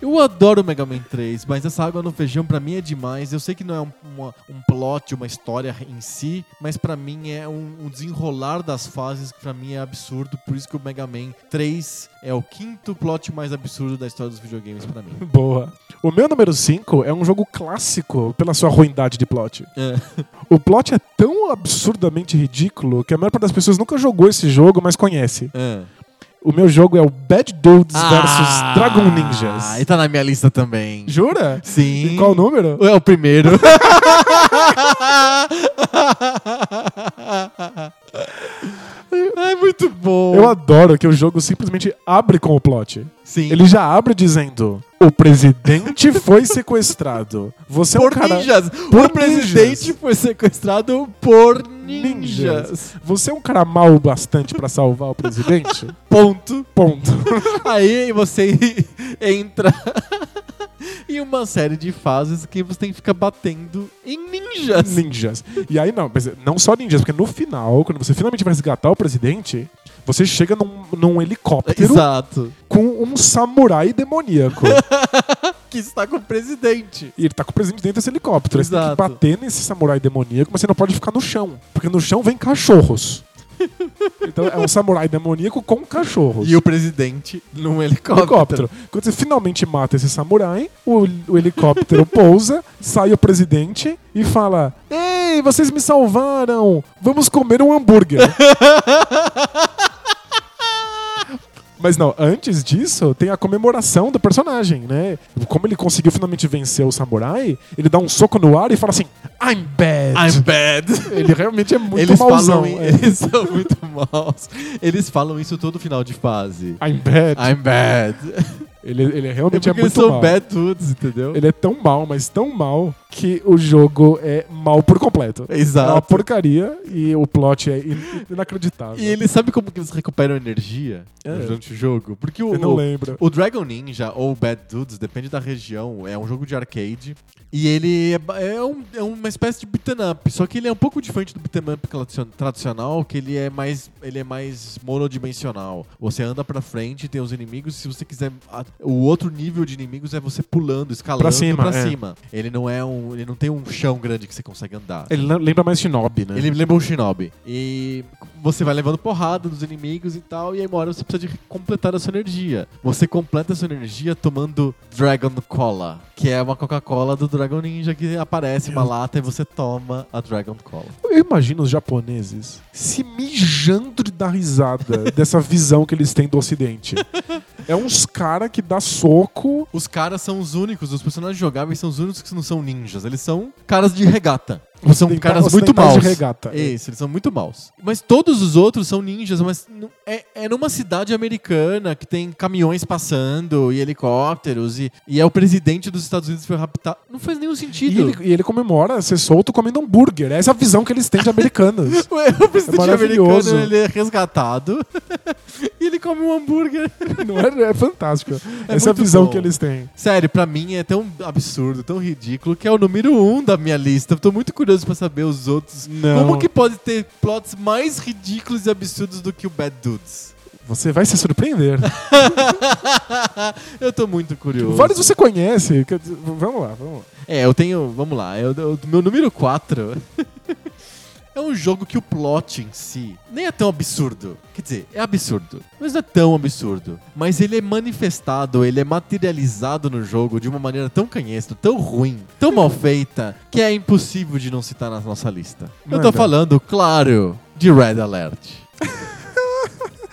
A: Eu adoro o Mega Man 3, mas essa água no feijão pra mim é demais. Eu sei que não é um, uma- um plot, uma história em si, mas pra mim é um, um desenrolar das fases que pra mim é absurdo. Por isso que o Mega Man 3 é o quinto plot mais absurdo da história dos videogames pra mim.
B: É. Boa. O meu número 5 é um jogo clássico pela sua ruindade de plot.
A: É.
B: O plot é tão absurdamente ridículo que a maior parte das pessoas nunca jogou esse jogo, mas conhece.
A: É.
B: O meu jogo é o Bad Dudes versus Dragon Ninjas.
A: Ah, e tá na minha lista também.
B: Jura?
A: Sim.
B: E qual o número?
A: É o
B: <laughs>
A: primeiro. é muito bom.
B: Eu adoro que o jogo simplesmente abre com o plot.
A: Sim.
B: Ele é já abre dizendo: O presidente foi sequestrado. Você é um
A: por
B: cara.
A: ninjas. o
B: por
A: presidente
B: ninjas.
A: foi sequestrado por ninjas.
B: Ninjas. Você é um cara mau bastante pra salvar o presidente?
A: <laughs> Ponto.
B: Ponto.
A: Aí você <laughs> entra <laughs> em uma série de fases que você tem que ficar batendo em ninjas.
B: ninjas. E aí não, mas não só ninjas, porque no final, quando você finalmente vai resgatar o presidente, você chega num, num helicóptero
A: Exato.
B: com um samurai demoníaco.
A: Que está com o presidente.
B: e ele tá com o presidente dentro desse helicóptero. Aí Você tem que
A: Exato.
B: bater nesse samurai demoníaco, mas você não pode ficar no chão, porque no chão
A: <laughs>
B: vem cachorros. Então é um samurai demoníaco com cachorros.
A: E o presidente num helicóptero.
B: helicóptero. Quando você finalmente mata esse samurai, o,
A: <laughs>
B: o helicóptero pousa, sai o presidente e fala: Ei, vocês me salvaram! Vamos comer um
A: <laughs>
B: hambúrguer. Mas não, antes disso, tem a comemoração do personagem, né? Como ele conseguiu finalmente vencer o samurai, ele dá um soco no ar e fala assim: I'm bad.
A: I'm
B: <laughs>
A: bad.
B: Ele realmente é muito
A: eles
B: mauzão.
A: falam, i-
B: é.
A: <laughs> eles são muito maus. Eles falam isso todo final de fase.
B: I'm bad.
A: I'm bad.
B: Ele, ele
A: Ah. É
B: realmente
A: porque
B: é,
A: eles
B: muito
A: são
B: mau.
A: bad dudes, entendeu?
B: Ele é tão mal, mas tão mal, que o jogo é mal por completo. É uma
A: Exato.
B: porcaria e o plot é in- inacreditável.
A: E ele sabe como que eles recuperam energia
B: É.
A: durante o jogo? Porque o,
B: Eu não lembro.
A: o Dragon Ninja ou Bad Dudes, depende da região, é um jogo de arcade. E ele é, ba- é um- é uma espécie de beat'em up, só que ele é um pouco diferente do beat'em up tradicio- tradicional, que ele é mais ele é mais monodimensional. Você anda pra frente, tem os inimigos, se você quiser a- O outro nível de inimigos é você pulando, escalando
B: Pra cima,
A: pra
B: é.
A: cima. Ele não é um. Ele não tem um chão grande que você consegue andar.
B: Ele não- lembra mais Shinobi, né?
A: Ele lembra um shinobi. E você vai levando porrada dos inimigos e tal, e aí uma hora você precisa de completar a sua energia. Você completa a sua energia tomando Dragon Cola, que é uma Coca-Cola do Dragon Ninja que aparece uma lata e você toma a Dragon Cola.
B: Eu imagino os japoneses se mijando de dar risada <laughs> dessa visão que eles têm
A: <laughs>
B: do ocidente. É uns cara que dá soco.
A: Os caras são os únicos, os personagens jogáveis são os únicos que não são ninjas. Eles são caras de regata. São
B: Ocidenta-
A: caras é um muito
B: ocidentais
A: maus.
B: de regata.
A: Isso, eles são muito maus. Mas todos os outros são ninjas, mas nu- é, é numa cidade americana que tem caminhões passando e helicópteros e, e é o presidente dos Estados Unidos que foi raptado. Não faz nenhum
B: E
A: sentido.
B: ele, e ele comemora ser solto comendo hambúrguer. Essa é a visão que eles têm de
A: <laughs>
B: americanos.
A: Ué, o presidente
B: maravilhoso.
A: americano ele é resgatado <laughs> e ele come um hambúrguer.
B: Não é, é fantástico.
A: É
B: Essa é a
A: muito
B: visão
A: bom.
B: que eles têm.
A: Sério, pra mim é tão absurdo, tão ridículo, que é o número um da minha lista. Eu tô muito curioso pra saber os outros.
B: Não.
A: Como que pode ter plots mais ridículos e absurdos do que o Bad Dudes?
B: Você vai se surpreender.
A: eu tô muito curioso.
B: Vários você conhece. quer dizer, Vamos lá, vamos lá.
A: É, eu tenho. Vamos lá, eu, eu- meu número 4. <laughs> É um jogo que o plot em si nem é tão absurdo. Quer dizer, é absurdo, mas não é tão absurdo. Mas ele é manifestado, ele é materializado no jogo de uma maneira tão canhesta, tão ruim, tão mal feita, que é impossível de não citar na nossa lista. Eu tô
B: Manda.
A: falando, claro, de Red Alert.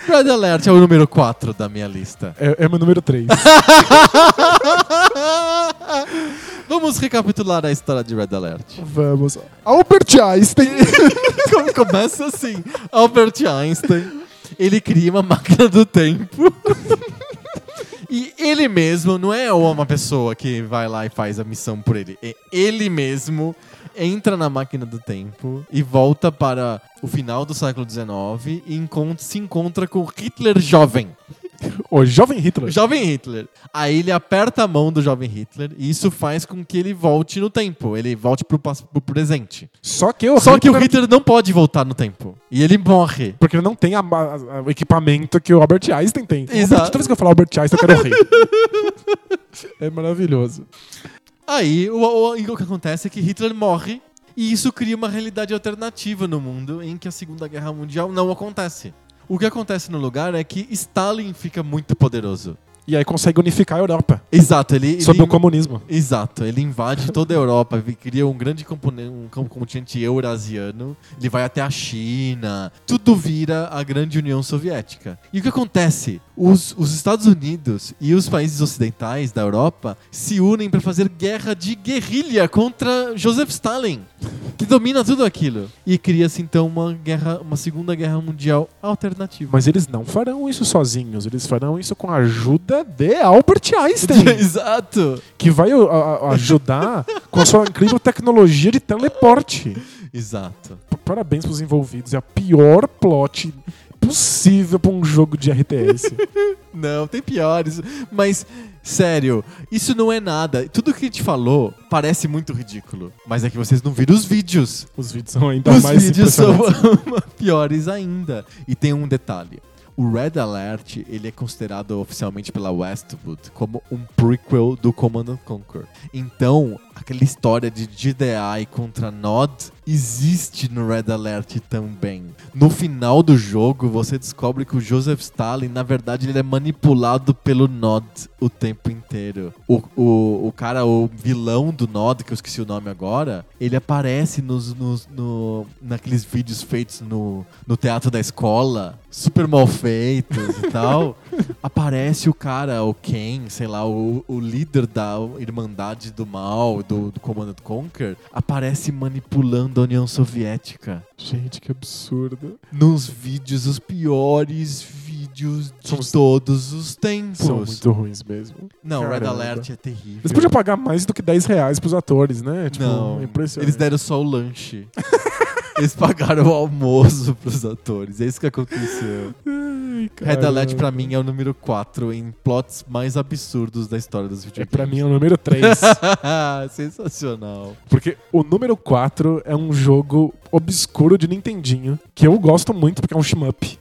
A: Red Alert é o número 4 da minha lista. <laughs>
B: É, é meu número 3.
A: Vamos recapitular a história de Red Alert.
B: vamos. Albert Einstein.
A: <laughs> Come- Começa assim: Albert Einstein ele cria uma máquina do tempo. E ele mesmo, não é uma pessoa que vai lá e faz a missão por ele. É ele mesmo entra na máquina do tempo e volta para o final do século XIX e encont- se encontra com Hitler jovem.
B: o jovem Hitler.
A: O Jovem Hitler. Aí ele aperta a mão do jovem Hitler e isso faz com que ele volte no tempo. Ele volte pro, pas- pro presente.
B: Só que o
A: Só que o Hitler não pode voltar no tempo. E ele morre.
B: Porque ele não tem a ma- a- a- o equipamento que o Albert Einstein tem.
A: Exato.
B: Toda vez que eu falar Albert Einstein, eu quero rir.
A: <laughs>
B: é maravilhoso.
A: Aí o, o- o que acontece é que Hitler morre. E isso cria uma realidade alternativa no mundo em que a Segunda Guerra Mundial não acontece. O que acontece no lugar é que Stalin fica muito poderoso.
B: E aí consegue unificar a Europa
A: Exato, ele.
B: sob
A: ele-
B: o comunismo.
A: Exato, ele invade toda a Europa, vi- cria um grande componen- um com- continente eurasiano, ele vai até a China, tudo vira a grande União Soviética. E o que acontece? Os, os Estados Unidos e os países ocidentais da Europa se unem para fazer guerra de guerrilha contra Joseph Stalin, que domina tudo aquilo. E cria-se então uma guerra, uma segunda guerra mundial alternativa.
B: Mas eles não farão isso sozinhos. Eles farão isso com a ajuda de Albert Einstein.
A: <laughs> Exato!
B: que vai ó, ó, ajudar com a sua incrível tecnologia de teleporte.
A: Exato.
B: P- Parabéns pros envolvidos. É a pior plot possível pra um jogo de RTS.
A: Não, tem piores. Mas, sério, isso não é nada. Tudo que a gente falou parece muito ridículo. Mas é que vocês não viram os vídeos.
B: Os vídeos são
A: <laughs>
B: ainda
A: os
B: mais
A: vídeos são
B: impressionantes.
A: <laughs> piores ainda. E tem um detalhe. O Red Alert, ele é considerado oficialmente pela Westwood como um prequel do Command and Conquer. Então, aquela história de GDI contra Nod existe no Red Alert também. No final do jogo, você descobre que o Joseph Stalin, na verdade, ele é manipulado pelo Nod o tempo inteiro. O, o, o cara, o vilão do Nod, que eu esqueci o nome agora, ele aparece nos, nos- no, naqueles vídeos feitos no, no teatro da escola, super mal feitos e tal. Aparece o cara, o Ken, sei lá, o, o líder da Irmandade do Mal, do, do Command and Conquer, aparece manipulando a União Soviética.
B: <laughs> Gente, que absurdo.
A: Nos vídeos, os piores vídeos de
B: São os-
A: todos os tempos.
B: São muito ruins mesmo.
A: Não, Red
B: Caramba.
A: Alert é terrível.
B: Eles podiam pagar mais do que 10 reais pros atores, né? Tipo,
A: Não,
B: é impressionante.
A: eles deram só o
B: <laughs>
A: lanche. eles pagaram o almoço pros atores, é isso que aconteceu.
B: Ai,
A: Red Alert
B: Caramba.
A: pra mim é o número 4 em plots mais absurdos da história dos
B: É,
A: videogames.
B: pra mim é o
A: <laughs>
B: número 3.
A: Sensacional.
B: Porque o número 4 é um jogo obscuro de Nintendinho, que eu gosto muito porque é um shmup,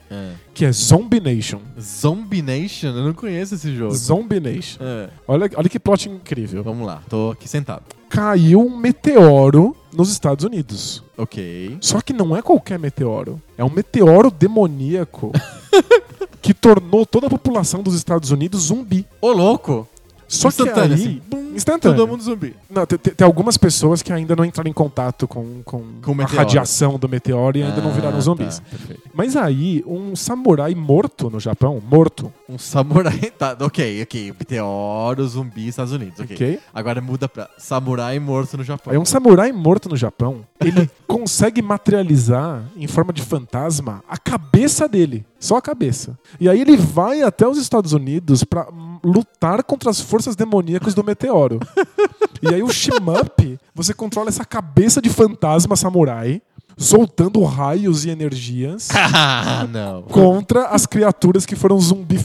B: que é Zombie Nation.
A: Zombie Nation? Eu não conheço esse jogo.
B: Zombie Nation.
A: É,
B: Olha, olha que plot incrível.
A: Vamos lá, tô aqui sentado.
B: Caiu um meteoro nos Estados Unidos.
A: Ok.
B: Só que não é qualquer meteoro. É um
A: <laughs>
B: meteoro demoníaco que tornou toda a população dos Estados Unidos zumbi.
A: Ô, louco!
B: Só que aí...
A: Instantâneo, assim. Bum,
B: instantâneo.
A: Todo mundo zumbi.
B: Não, tem, tem- tem algumas pessoas que ainda não entraram em contato com, com,
A: Com o
B: a
A: meteoro.
B: radiação do meteoro e ainda não
A: Ah,
B: viraram zumbis.
A: tá, perfeito.
B: Mas aí, um samurai morto no Japão, morto,
A: um samurai. <laughs> Tá, ok, ok. Meteoro, zumbi, Estados Unidos. Ok.
B: ok?
A: Agora muda pra samurai morto no Japão.
B: Aí um samurai morto no Japão, ele <laughs> consegue materializar em forma de fantasma a cabeça dele, só a cabeça. E aí ele vai até os Estados Unidos pra hum, lutar contra as forças demoníacas do meteoro. E aí o Shimup, você controla essa cabeça de fantasma samurai, soltando raios e energias
A: <laughs> Ah, não.
B: contra as criaturas que foram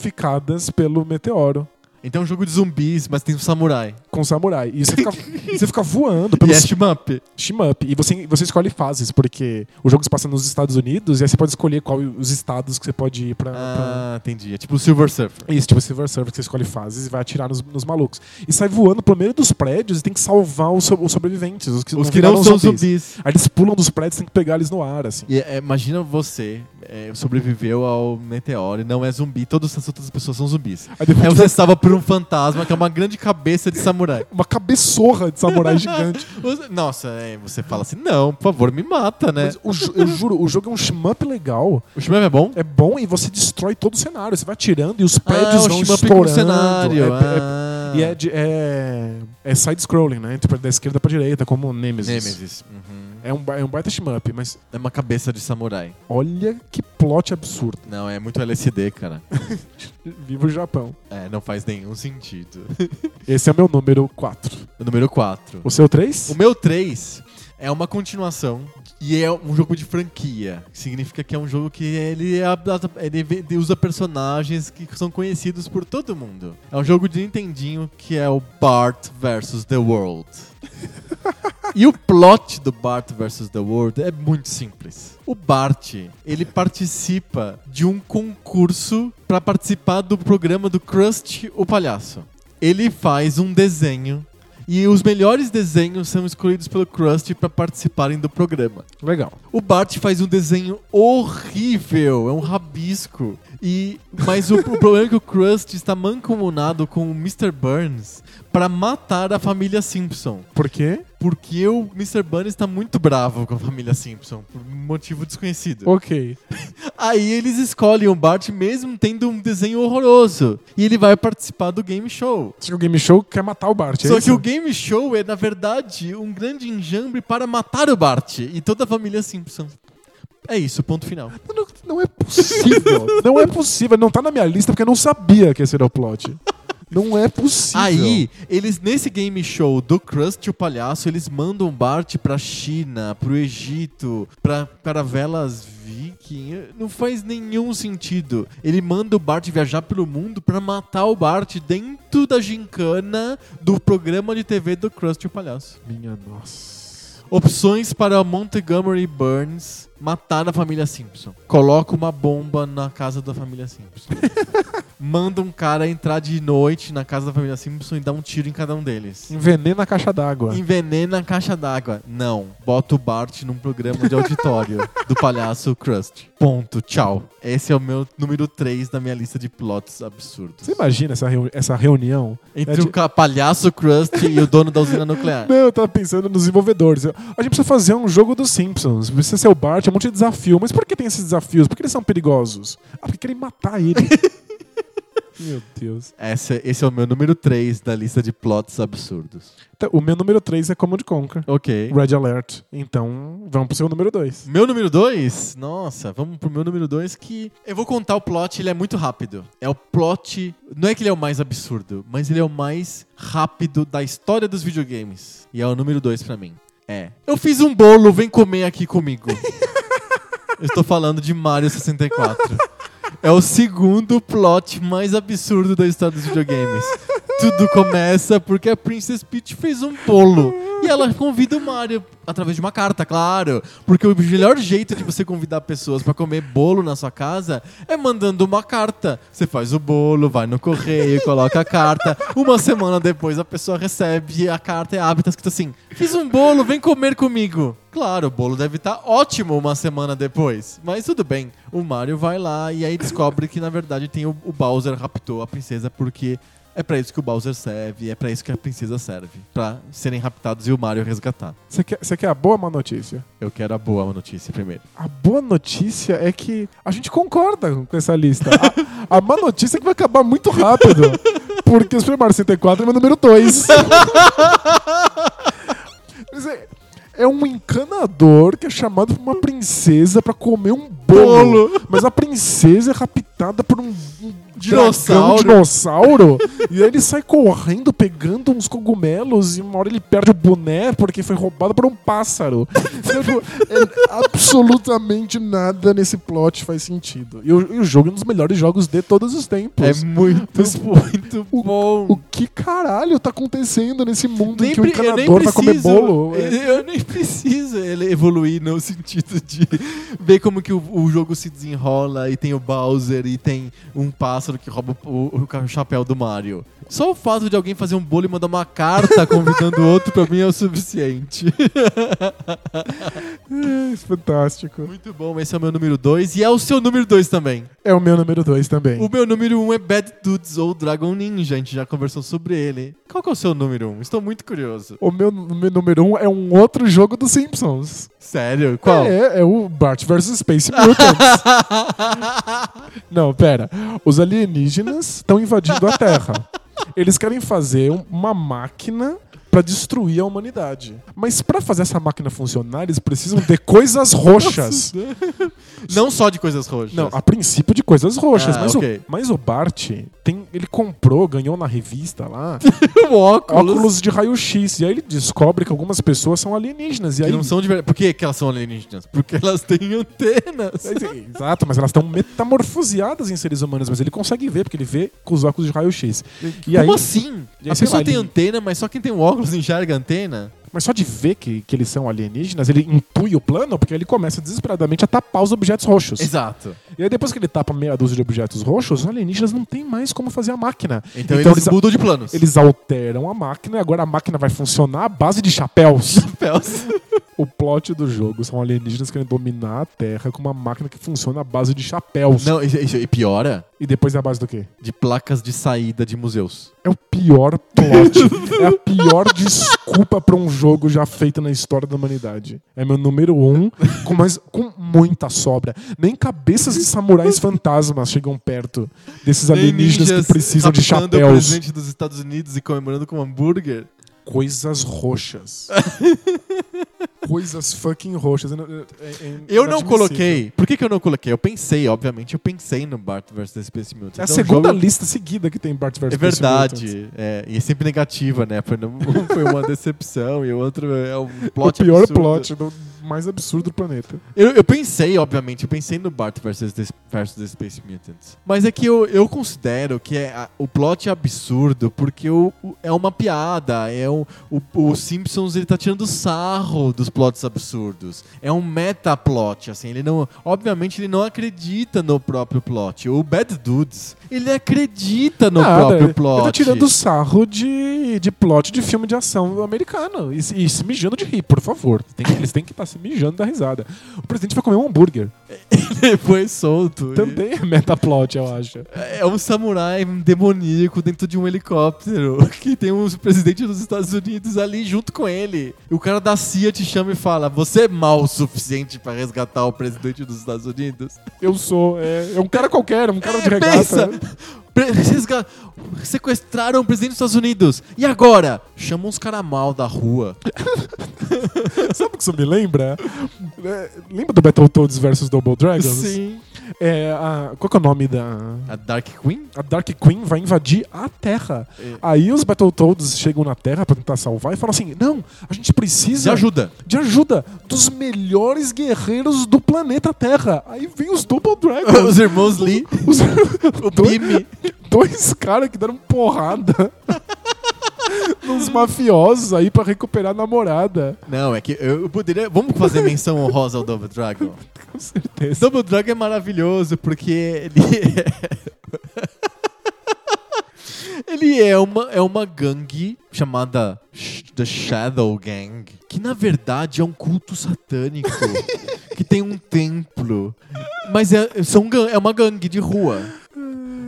B: zumbificadas pelo meteoro.
A: Então é um jogo de zumbis, mas tem um samurai.
B: Com samurai. E
A: <laughs>
B: você fica, você fica voando
A: E
B: pelos
A: é shmup.
B: Shmup. E você, você escolhe fases, porque o jogo se passa nos Estados Unidos e aí você pode escolher qual os estados que você pode ir pra. pra-
A: Ah, entendi. É tipo o Silver Surfer.
B: Isso, tipo Silver Surfer, que você escolhe fases e vai atirar nos, nos malucos. E sai voando pelo meio dos prédios e tem que salvar os, so- os sobreviventes, os que,
A: Os que não
B: viraram
A: são zumbis.
B: Aí eles pulam dos prédios e tem que pegar eles no ar, assim.
A: E, é, imagina você é, sobreviveu ao meteoro e não é zumbi. Todas as outras pessoas são zumbis.
B: Aí depois
A: É você estava por um fantasma que é uma grande cabeça de
B: <laughs>
A: samurai.
B: uma cabeçorra de Um samurai gigante.
A: Você- Nossa, é, você fala assim, não, por favor, me mata, <laughs> né?
B: Mas o ju- eu juro, o jogo é um shmup legal.
A: O shmup é bom?
B: É bom e você destrói todo o cenário. Você vai atirando e os
A: ah,
B: prédios
A: o
B: vão
A: shmup com
B: estourando.
A: cenário.
B: É- é-
A: ah.
B: E é, de- é, é side-scrolling, né? Tipo, da esquerda pra direita, como Nemesis.
A: Nemesis. Uhum.
B: É um, ba- é um baita shmup, mas
A: É uma cabeça de samurai.
B: olha que plot absurdo.
A: Não, é muito LSD, cara.
B: Viva o Japão.
A: É, não faz nenhum sentido. <laughs>
B: Esse é meu número 4.
A: O número 4.
B: O seu 3?
A: O meu 3 é uma continuação e é um jogo de franquia. Significa que é um jogo que ele, adapta- ele ve- ele usa personagens que são conhecidos por todo mundo. É um jogo de Nintendinho que é o Bart vs. The World. E o plot do Bart vs. The World é muito simples. O Bart, ele participa de um concurso para participar do programa do Krusty, o Palhaço. Ele faz um desenho e os melhores desenhos são escolhidos pelo Krusty para participarem do programa.
B: Legal.
A: O Bart faz um desenho horrível, é um rabisco. E mas o, o problema é que o Krusty está mancomunado com o Mr. Burns para matar a família Simpson.
B: Por quê?
A: Porque o Mr. Burns está muito bravo com a família Simpson, por um motivo desconhecido.
B: Ok.
A: Aí eles escolhem o Bart mesmo tendo um desenho horroroso. E ele vai participar do game show.
B: Acho que o Game Show quer matar o Bart, é
A: Só
B: isso?
A: que o game show é, na verdade, um grande enjambre para matar o Bart e toda a família Simpson. É isso, ponto final.
B: Não, não é possível. <laughs> não é possível. Não tá na minha lista porque eu não sabia que esse era o plot. Não é possível.
A: Aí, eles nesse game show do Krusty o Palhaço, eles mandam o Bart pra China, pro Egito, pra caravelas viking. Não faz nenhum sentido. Ele manda o Bart viajar pelo mundo pra matar o Bart dentro da gincana do programa de TV do Krusty o Palhaço.
B: Minha nossa.
A: Opções para Montgomery Burns matar a família Simpson. Coloca uma bomba na casa da família
B: <laughs>
A: Simpson. Manda um cara entrar de noite na casa da família Simpson e dar um tiro em cada um deles.
B: Envenena a caixa d'água.
A: Envenena a caixa d'água. Não. Bota o Bart num programa de
B: <laughs>
A: auditório do palhaço Krusty. Ponto. Tchau. Esse é o meu número 3 da minha lista de plots absurdos.
B: Você imagina essa, reu- essa reunião?
A: Entre
B: É de-
A: o ca- palhaço Krusty e o dono da usina nuclear.
B: <laughs> Não, eu tava pensando nos desenvolvedores. Eu- A gente precisa fazer um jogo dos Simpsons. Precisa ser o Bart, é um monte de desafio. Mas por que tem esses desafios? Por que eles são perigosos? Ah, porque querem matar ele. Meu Deus.
A: Essa- esse é o meu número 3 da lista de plots absurdos.
B: Então, o meu número 3 é Command Conquer.
A: Ok.
B: Red Alert. Então, vamos pro seu número 2.
A: Meu número 2? Nossa, vamos pro meu número 2 que eu vou contar o plot, ele é muito rápido. É o plot, não é que ele é o mais absurdo, mas ele é o mais rápido da história dos videogames. E é o número 2 pra mim. É. Eu fiz um bolo, vem comer aqui comigo. eu estou falando de Mario 64. É o segundo plot mais absurdo da história dos videogames. Tudo começa porque a Princess Peach fez um bolo. E ela convida o Mario através de uma carta, claro. Porque o melhor jeito de você convidar pessoas pra comer bolo na sua casa é mandando uma carta. Você faz o bolo, vai no correio, coloca a carta. Uma semana depois a pessoa recebe a carta e abre, tá escrito assim: Fiz um bolo, vem comer comigo. Claro, o bolo deve estar ótimo uma semana depois. Mas tudo bem. O Mario vai lá e aí descobre que na verdade tem o, o Bowser raptou a princesa porque é pra isso que o Bowser serve, é pra isso que a princesa serve, Pra serem raptados e o Mario resgatar.
B: Você quer, você quer a boa ou a má notícia?
A: Eu quero a boa notícia primeiro.
B: A boa notícia é que a gente concorda com essa lista. A, a má notícia é que vai acabar muito rápido. Porque o Super Mario 64 é meu número 2. É um encanador que é chamado por uma princesa pra comer um bolo.
A: Bolo.
B: Mas a princesa é raptada por um, um
A: Dinossauro.
B: dragão, dinossauro. e aí ele sai correndo, pegando uns cogumelos. E uma hora ele perde o boné porque foi roubado por um pássaro. Então, tipo, é- absolutamente nada nesse plot faz sentido. E o, e o jogo é um dos melhores jogos de todos os tempos.
A: É
B: <laughs>
A: muito,
B: Mas, pô,
A: muito bom.
B: O que caralho tá acontecendo nesse mundo em que o
A: pre-
B: encanador vai comer bolo? É.
A: Eu, <laughs> eu nem preciso ele evoluir no sentido de ver como que o, o jogo se desenrola e tem o Bowser e tem um pássaro que rouba o, o ca- chapéu do Mario. Só o fato de alguém fazer um bolo e mandar uma carta <laughs> convidando o outro pra mim é o suficiente. <laughs>
B: É, fantástico.
A: Muito bom, esse é o meu número 2 e é o seu número 2 também.
B: É o meu número 2 também.
A: O meu número 1 um é Bad Dudes ou Dragon Ninja, a gente já conversou sobre ele. Qual que é o seu número 1? Um? Estou muito curioso.
B: O, meu, o meu número 1 um é um outro jogo dos Simpsons.
A: Sério? Qual?
B: É, é o Bart vs
A: <laughs>
B: Space Mutants. Não, pera. Os alienígenas estão invadindo a Terra. Eles querem fazer um- uma máquina pra destruir a humanidade. Mas pra fazer essa máquina funcionar, eles precisam
A: <laughs>
B: ter coisas roxas.
A: Não só de coisas roxas.
B: Não, a princípio de coisas roxas.
A: Ah,
B: mas,
A: ok.
B: o, mas o Bart, tem, ele comprou, ganhou na revista lá,
A: <laughs> o óculos.
B: óculos de raio-x. E aí ele descobre que algumas pessoas são alienígenas. E aí
A: Que não são de verdade. Por que, que elas são alienígenas? Porque elas têm antenas.
B: é, Exato, mas elas estão metamorfoseadas em seres humanos, mas ele consegue ver, porque ele vê com os óculos de raio-x. E
A: Como
B: aí-
A: assim?
B: e aí,
A: a
B: sei
A: pessoa
B: lá,
A: tem
B: ele-
A: antena, mas só quem tem um óculos enxerga a antena?
B: Mas só de ver que, que eles são alienígenas, ele intui o plano, porque ele começa desesperadamente a tapar os objetos roxos. <laughs>
A: Exato.
B: E aí, depois que ele tapa meia dúzia de objetos roxos, os alienígenas não tem mais como fazer a máquina.
A: Então, eles,
B: eles, a-
A: mudam de planos.
B: eles alteram a máquina e agora a máquina vai funcionar à base
A: <laughs>
B: de chapéus. o plot do jogo são alienígenas querendo dominar a Terra com uma máquina que funciona à base de chapéus.
A: Não, isso, isso- e piora?
B: E depois é a base do quê?
A: De placas de saída de museus.
B: É o pior plot. é a pior desculpa pra um jogo já feito na história da humanidade. É meu número um, com, mas com muita sobra. Nem cabeças de samurais fantasmas chegam perto desses alienígenas
A: Ninjas
B: que precisam de
A: raptando o
B: chapéus.
A: presidente dos Estados Unidos e comemorando com um hambúrguer.
B: Coisas roxas. Coisas fucking roxas. É- é- é
A: Eu não
B: inadmissível.
A: coloquei. Por que, que eu não coloquei? Eu pensei, obviamente, eu pensei no Bart vs Space Mutants.
B: É a
A: um
B: segunda
A: jogo-
B: lista seguida que tem Bart vs.
A: É
B: Space Mutants.
A: verdade. É, e é sempre negativa, né? Foi, no- um <laughs> foi uma decepção e o outro é um
B: O
A: plot
B: pior
A: absurdo.
B: plot do mais absurdo do planeta.
A: Eu, eu pensei, obviamente, eu pensei no Bart versus the, versus the Space Mutants. Mas é que eu, eu considero que é a- o plot é absurdo porque o, o- é uma piada. É o, o, o Simpsons ele tá tirando sarro dos plots absurdos. É um metaplot, assim. Ele não, obviamente ele não acredita no próprio plot. O Bad Dudes ele acredita no
B: Nada,
A: próprio
B: ele-
A: plot.
B: Ele tá
A: <laughs>
B: tirando sarro de, de plot de filme de ação americano. E, se- e se mijando de rir, por favor. Tem que- eles têm que estar se mijando da risada. O presidente vai comer um hambúrguer.
A: depois solto. E-
B: Também é metaplot, eu acho.
A: É um samurai demoníaco dentro de um helicóptero <laughs> que tem um presidente dos Estados Unidos ali junto com ele. E o cara da CIA te chama e fala: Você é mal o suficiente pra resgatar o presidente dos Estados Unidos?
B: Eu sou. É, é um cara qualquer, um cara
A: É,
B: de regata.
A: pensa.
B: <laughs>
A: Pre- resga- Sequestraram o presidente dos Estados Unidos. E agora? Chama uns cara mal da rua.
B: Sabe o que isso me lembra? É, lembra do Battletoads versus Double Dragons?
A: Sim.
B: É, a- qual que é o nome da.
A: A Dark Queen?
B: A Dark Queen vai invadir a Terra.
A: É.
B: Aí os Battletoads chegam na Terra pra tentar salvar e falam assim: não, a gente
A: Se
B: precisa
A: ajuda.
B: de ajuda dos melhores guerreiros do planeta Terra. Aí vem os Double Dragons.
A: <laughs> Os irmãos Lee,
B: os <laughs> dois,
A: Bimi.
B: dois caras que deram porrada <laughs> nos mafiosos aí pra recuperar a namorada.
A: Não, é que eu poderia. Vamos fazer menção honrosa ao Double Dragon.
B: Com certeza.
A: Double Dragon é maravilhoso porque ele <laughs> é. ele é uma, é uma gangue chamada Sh- The Shadow Gang, que na verdade é um culto
B: <laughs>
A: satânico que tem um templo. Mas é, são, gan- é uma gangue de rua.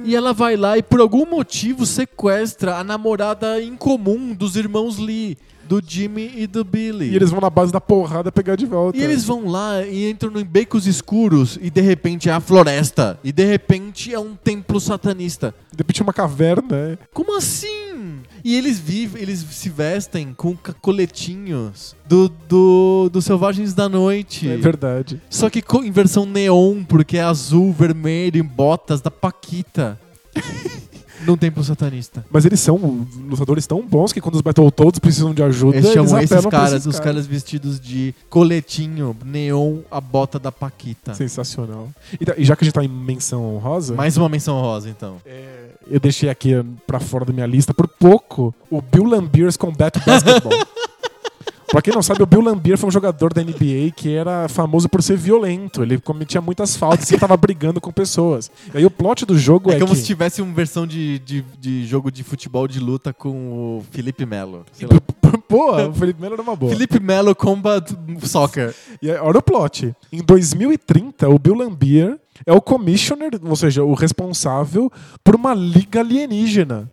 A: E ela vai lá e por algum motivo sequestra a namorada incomum dos irmãos Lee, do Jimmy e do Billy.
B: E eles vão na base da porrada pegar de volta.
A: E eles vão lá e entram em becos escuros e de repente é a floresta. E de repente é um templo satanista.
B: De repente uma caverna. é.
A: Como assim? E eles vivem, eles se vestem com ca- coletinhos do, do, do Selvagens da Noite.
B: É verdade.
A: Só que co- em versão neon, porque é azul, vermelho, em botas da
B: <laughs>
A: Paquita. Num templo satanista.
B: Mas eles são lutadores tão bons que quando os Battletoads precisam de ajuda,
A: Eles
B: eles,
A: chamam esses
B: apelam pra
A: caras,
B: esses
A: os caras vestidos de coletinho, neon, a bota da Paquita.
B: Sensacional. E, tá- e já que a gente tá em menção honrosa,
A: Mais uma menção rosa, então.
B: é, eu deixei aqui eh, pra fora da minha lista, por pouco, o Bill Lambiers Combat
A: <laughs>
B: Basketball. Pra quem não sabe, o Bill Lambier foi um jogador da NBA que era famoso por ser violento. Ele cometia muitas faltas e tava brigando com pessoas. E aí o plot do jogo é,
A: É como
B: que...
A: se tivesse uma versão de, de, de jogo de futebol de luta com o Felipe Melo.
B: <laughs>
A: Sei lá.
B: Boa, o Felipe Melo era uma boa.
A: Felipe Melo Combat Soccer.
B: E aí, olha o plot. Em 2030, o Bill Lambier é o commissioner, ou seja, o responsável por uma
A: <laughs>
B: liga alienígena.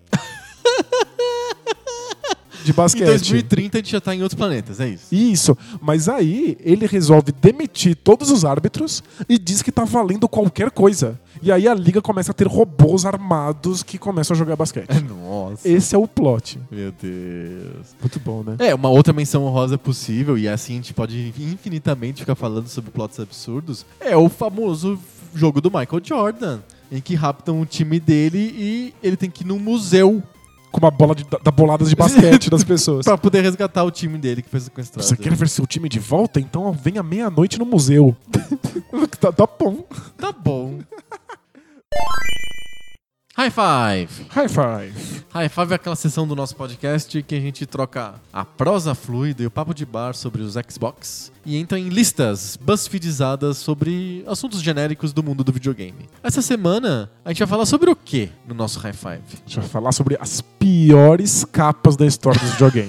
B: de
A: Em
B: basquete.
A: 2030 a gente já tá em outros planetas, é isso.
B: Isso. Mas aí ele resolve demitir todos os árbitros e diz que tá valendo qualquer coisa. E aí a liga começa a ter robôs armados que começam a jogar <laughs> basquete.
A: <laughs> Nossa.
B: Esse é o plot.
A: Meu Deus.
B: Muito bom, né?
A: É, uma outra menção honrosa possível, e assim a gente pode infinitamente ficar falando sobre plots absurdos, é o famoso jogo do Michael Jordan, em que raptam o time dele e ele tem que ir num museu
B: Com uma bola de, da, da boladas de basquete das <laughs> pessoas.
A: pra poder resgatar o time dele que foi sequestrado.
B: Você quer ver seu time de volta? Então venha meia-noite no museu. <laughs> tá, tá bom.
A: Tá bom. High five!
B: High five.
A: High Five é aquela sessão do nosso podcast que a gente troca a prosa fluida e o papo de bar sobre os Xbox e entra em listas BuzzFeedizadas sobre assuntos genéricos do mundo do videogame. Essa semana a gente vai falar sobre o que no nosso High Five?
B: Deixa eu falar sobre as piores capas da história dos videogames.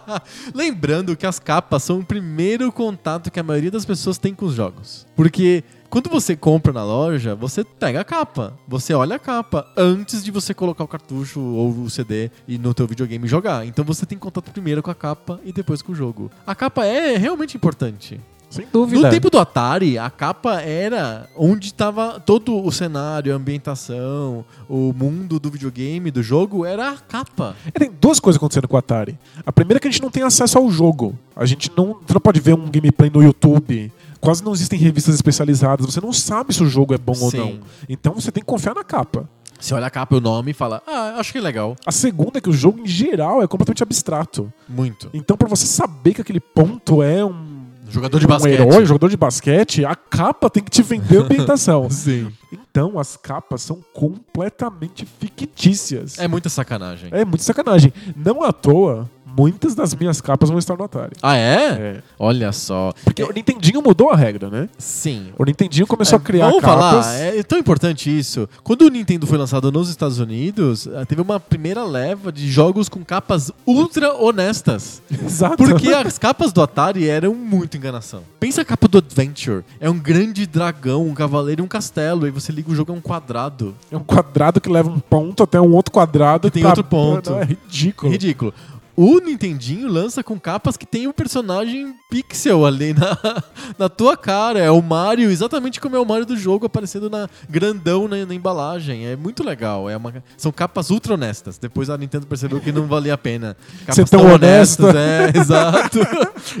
A: <laughs> Lembrando que as capas são o primeiro contato que a maioria das pessoas tem com os jogos. Porque quando você compra na loja, você pega a capa, você olha a capa antes de você colocar o cartucho ou o CD e no teu videogame jogar. Então você tem contato primeiro com a capa e depois com o jogo. A capa é realmente importante.
B: <laughs> Sem dúvida.
A: No tempo do Atari, a capa era onde estava todo o cenário, a ambientação, o mundo do videogame, do jogo, era a capa.
B: É, Tem duas coisas acontecendo com o Atari. A primeira é que a gente não tem acesso ao jogo. A gente não, você não pode ver um gameplay no YouTube. Quase não existem revistas especializadas. Você não sabe se o jogo é bom ou
A: Sim.
B: não. Então você tem que confiar na capa.
A: Você olha a capa e o nome e fala, ah, acho que é legal.
B: A segunda é que o jogo, em geral, é completamente abstrato.
A: Muito.
B: Então, pra você saber que aquele ponto é um
A: Jogador de
B: um
A: basquete.
B: herói, jogador de basquete, a capa tem que
A: <laughs>
B: te vender a ambientação.
A: Sim.
B: então, as capas são completamente fictícias.
A: É muita sacanagem.
B: É muito sacanagem. Não à toa, muitas das minhas capas vão estar no Atari.
A: Ah, é?
B: É.
A: Olha só.
B: Porque o Nintendinho mudou a regra, né?
A: Sim.
B: O Nintendinho começou
A: É,
B: a criar
A: Vamos
B: capas.
A: falar, é tão importante isso. Quando o Nintendo foi lançado nos Estados Unidos, eh, teve uma primeira leva de jogos com capas ultra honestas.
B: Exato. <laughs>
A: Porque as capas do Atari eram muito enganação. Pensa a capa do Adventure. É um grande dragão, um cavaleiro e um castelo. E você liga o jogo, é um quadrado.
B: É um quadrado que leva um ponto até um outro quadrado.
A: E tem
B: pra-
A: outro ponto.
B: Não, <laughs> é ridículo.
A: Ridículo. O Nintendinho lança com capas que tem um personagem pixel ali na, <laughs> na tua cara. É o Mario, exatamente como é o Mario do jogo, aparecendo na grandão na, na embalagem. É muito legal. É uma- são capas ultra honestas. Depois a Nintendo percebeu que não valia a
B: <laughs>
A: pena. Capas
B: Ser tão honesta.
A: <laughs> É, exato.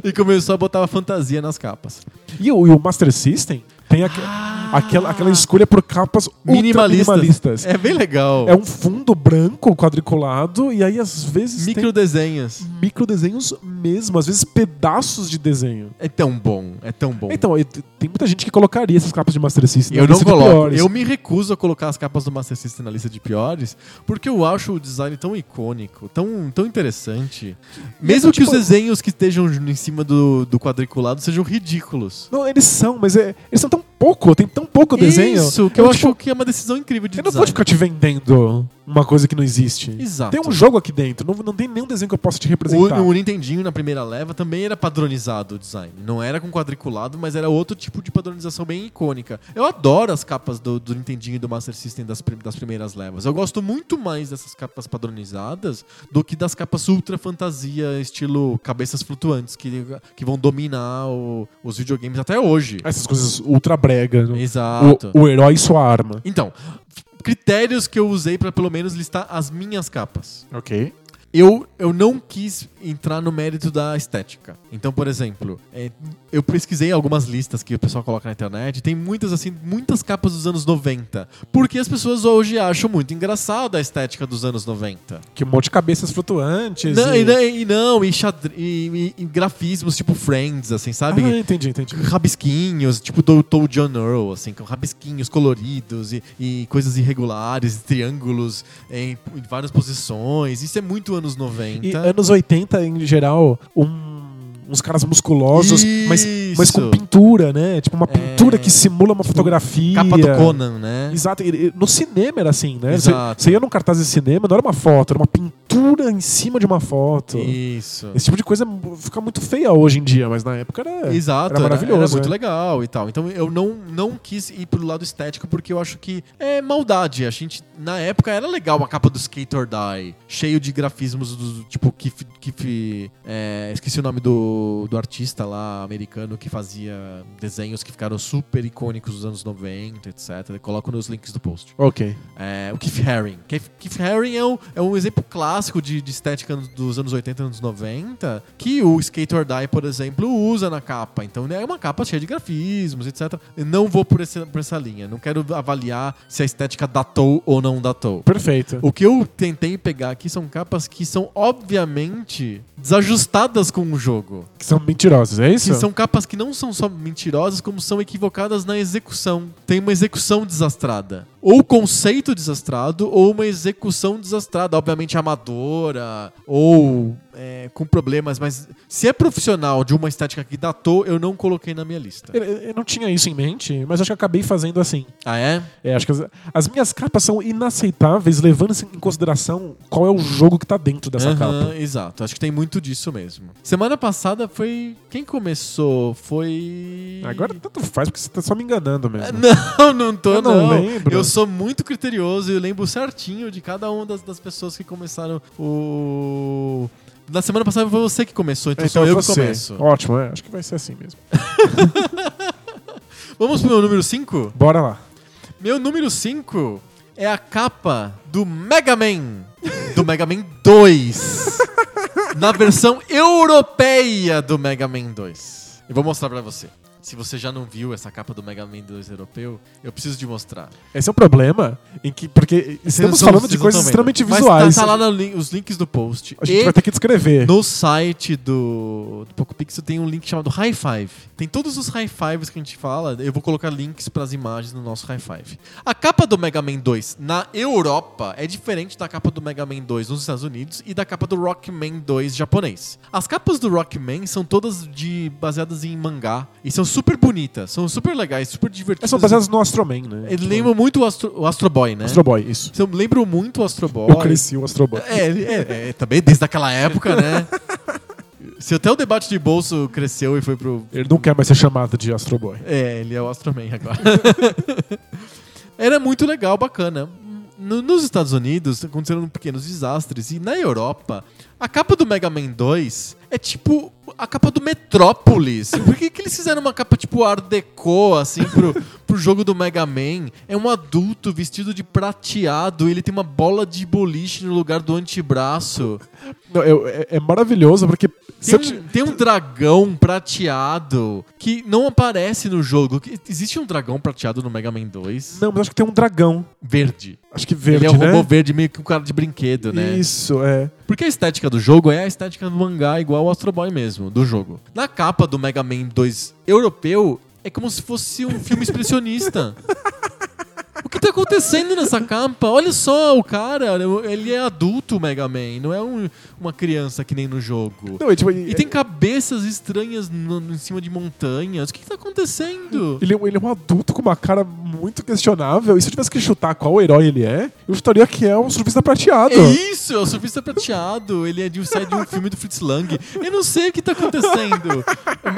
A: e começou a botar uma fantasia nas capas.
B: E, o, e o Master System Tem aque- aquela, aquela escolha por capas ultra
A: Ah. Minimalistas.
B: minimalistas.
A: É bem legal.
B: É um fundo branco quadriculado e aí às vezes
A: Micro desenhos.
B: tem microdesenhos mesmo, às vezes pedaços de desenho.
A: É tão bom, é tão bom.
B: Então, e t- tem muita gente que colocaria essas capas de Master System na
A: eu não
B: lista de
A: coloco.
B: piores.
A: Eu me recuso a colocar as capas do Master System na lista de piores, porque eu acho o design tão icônico, tão, tão interessante. Mesmo que
B: tipo-
A: os desenhos que estejam em cima do, do quadriculado sejam ridículos.
B: Não, eles são, mas é- eles são tão pouco, tem tão pouco desenho.
A: Isso, que
B: Eu,
A: eu,
B: tipo,
A: acho que é uma decisão incrível de
B: Eu não vou
A: design.
B: ficar te vendendo uma coisa que não existe.
A: Exato.
B: Tem um jogo aqui dentro, não, não tem nenhum desenho que eu possa te
A: O,
B: representar.
A: o Nintendinho na primeira leva também era padronizado o design. Não era com quadriculado, mas era outro tipo de padronização bem icônica. Eu adoro as capas do, do Nintendinho e do Master System das, prim- das primeiras levas. Eu gosto muito mais dessas capas padronizadas do que das capas ultra fantasia, estilo cabeças flutuantes, que, que vão dominar o- os videogames até hoje.
B: Essas coisas ultra brega. né?
A: Exato.
B: O, o herói e sua arma.
A: Então, critérios que eu usei pra pelo menos listar as minhas capas.
B: Ok.
A: eu, eu não quis entrar no mérito da estética. Então, por exemplo, é, eu pesquisei algumas listas que o pessoal coloca na internet. Tem muitas, assim, muitas capas dos anos 90. Porque as pessoas hoje acham muito engraçada a estética dos anos 90.
B: Que um monte de cabeças flutuantes.
A: Não,
B: e...
A: e, não, é e não, e, xadre- e- e- e grafismos tipo Friends, assim, sabe?
B: Ah, entendi, entendi.
A: rabisquinhos, tipo do Toad John Earl, assim, com rabisquinhos coloridos e, e coisas irregulares, triângulos em, em várias posições. Isso é muito anos 90.
B: E anos 80, em geral, um- uns caras musculosos, mas, mas com
A: Isso.
B: pintura, né? Tipo uma
A: É.
B: pintura que simula uma fotografia.
A: Capa do Conan, né?
B: Exato, e- e no cinema era assim, né? Você-
A: Exato.
B: Você ia num cartaz de cinema, não era uma foto, era uma pintura em cima de uma foto.
A: Isso.
B: Esse tipo de coisa fica muito feia hoje em dia, mas na época era.
A: Exato,
B: é. era maravilhoso,
A: muito
B: né?
A: legal e tal. Então eu não, não quis ir pro lado estético porque eu acho que é maldade. A gente, na época, era legal a capa do Skate or Die, cheio de grafismos do tipo Kif. Kif é, esqueci o nome do, do artista lá americano que fazia desenhos que ficaram super icônicos dos anos 90, etc. Coloco nos links do post.
B: Ok.
A: É, o Keith Haring. Keith, Keith Haring é um, é um exemplo clássico de, de estética dos anos 80 anos 90, que o Skate or Die, por exemplo, usa na capa. Então né, é uma capa cheia de grafismos, etc. Eu não vou por, esse- por essa linha. Não quero avaliar se a estética datou ou não datou.
B: Perfeito.
A: O que eu tentei pegar aqui são capas que são obviamente desajustadas com o jogo.
B: Que são mentirosos, é isso?
A: Que são capas que não são só mentirosas, como são equivocadas na execução. Tem uma execução desastrada. Ou conceito desastrado, ou uma execução desastrada. Obviamente amadora, ou é, com problemas. Mas se é profissional de uma estética que datou, eu não coloquei na minha lista.
B: Eu, eu não tinha isso em mente, mas acho que acabei fazendo assim.
A: Ah, é?
B: É, acho que as, as minhas capas são inaceitáveis, levando em consideração qual é o jogo que tá dentro dessa
A: Aham,
B: capa.
A: Exato, acho que tem muito disso mesmo. Semana passada foi. Quem começou? Foi.
B: Agora tanto faz, porque você tá só me enganando mesmo.
A: É, Ah, Não, não tô,
B: Eu não lembro.
A: Eu sou muito criterioso e eu lembro certinho de cada uma das, das pessoas que começaram o. Na semana passada foi você que começou, então, sou eu
B: você.
A: que começo.
B: Ótimo, é, acho que vai ser assim mesmo.
A: Vamos pro meu número 5?
B: Bora lá.
A: Meu número 5 é a capa do Mega Man. Do Mega Man
B: <laughs>
A: 2. na versão europeia do Mega Man 2. Eu vou mostrar pra você. Se você já não viu essa capa do Mega Man 2 europeu, eu preciso de mostrar.
B: Esse é o problema, em que, porque
A: Vocês
B: estamos
A: não
B: falando
A: são-
B: de
A: vocês
B: coisas
A: não tão vendo.
B: extremamente
A: Mas
B: visuais.
A: tá, tá lá nos links do post.
B: A gente
A: E
B: vai ter que descrever.
A: no site do, do PocoPixel tem um link chamado High Five. Tem todos os High Fives que a gente fala. Eu vou colocar links pras imagens no nosso High Five. A capa do Mega Man 2 na Europa é diferente da capa do Mega Man 2 nos Estados Unidos e da capa do Rockman 2 japonês. As capas do Rockman são todas de baseadas em mangá e são super bonitas, são super legais, super divertidas.
B: É, São baseadas no Astro Man, né?
A: Ele um lembra muito o Astro, o Astro Boy, né?
B: Astro Boy, isso.
A: Eu lembro muito o Astro Boy.
B: Eu cresci o Astro Boy.
A: É, ele- é, é, também desde aquela época, né? Se até o debate de bolso cresceu e foi pro.
B: Ele não quer mais ser chamado de Astro Boy.
A: É, ele é o Astro Man agora. <laughs> Era muito legal, bacana. No- nos Estados Unidos aconteceram pequenos desastres e na Europa a capa do Mega Man 2 é tipo a capa do Metrópolis. Por que, que eles fizeram uma capa tipo Art Deco assim pro, pro pro jogo do Mega Man, é um adulto vestido de prateado, ele tem uma bola de boliche no lugar do antebraço.
B: Não, eu- é, é maravilhoso, porque. se
A: Tem
B: eu
A: um,
B: ti-
A: tem um dragão prateado que não aparece no jogo. Que- Existe um dragão prateado no Mega Man 2?
B: Não, mas acho que tem um dragão.
A: Verde.
B: Acho que verde,
A: ele é um
B: né?
A: robô verde, meio que um cara de brinquedo, né?
B: Isso, é.
A: Porque a estética do jogo é a estética do mangá, igual o Astro Boy mesmo, do jogo. Na capa do Mega Man 2 europeu, é como se fosse um filme expressionista. O que tá acontecendo nessa capa? Olha só, o cara, ele é adulto, o Mega Man, não é um- uma criança que nem no jogo.
B: Não, é, tipo,
A: E tem cabeças estranhas no- em cima de montanhas. O que, que tá acontecendo?
B: Ele, é um- ele é um adulto com uma cara muito questionável. E se eu tivesse que chutar qual herói ele é, eu chutaria que é um surfista prateado.
A: É isso, é o surfista prateado. Ele é de um, sai de
B: <laughs>
A: um filme do Fritz Lang. Eu não sei o que tá acontecendo.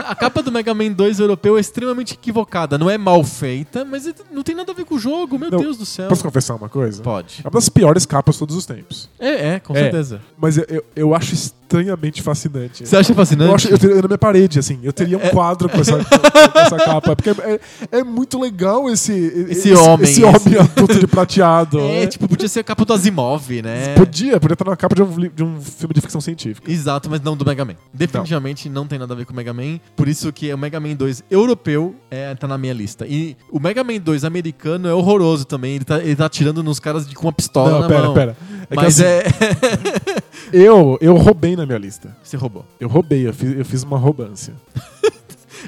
A: A capa do Mega Man 2 europeu é extremamente equivocada. Não é mal feita, mas é- não tem nada a ver com o jogo. Meu
B: Não,
A: Deus do céu.
B: Posso confessar uma coisa?
A: Pode.
B: É uma das piores capas de todos os tempos.
A: É, é, com
B: É.
A: certeza.
B: Mas eu, eu, eu acho estranhamente fascinante.
A: Você acha fascinante?
B: Eu acho, eu teria na minha parede, assim. Eu teria um
A: É- <laughs>
B: quadro com essa, com essa capa. Porque é, é muito legal esse...
A: Esse homem,
B: Esse
A: esse- <laughs>
B: homem adulto de prateado.
A: É,
B: né?
A: tipo, podia ser a capa do Asimov, né?
B: Podia, podia estar na capa de um, li- de um filme de ficção científica.
A: Exato, mas não do Mega Man. Definitivamente não. tem nada a ver com o Mega Man. Por isso que o Mega Man 2 europeu é, tá na minha lista. E o Mega Man 2 americano é horroroso também. Ele tá, ele tá atirando nos caras de- com uma pistola
B: Não,
A: na
B: pera,
A: mão.
B: pera. que
A: mas
B: assim,
A: é... <laughs>
B: Eu, eu roubei na minha lista.
A: Você roubou.
B: Eu roubei, eu fiz, eu fiz uma roubância.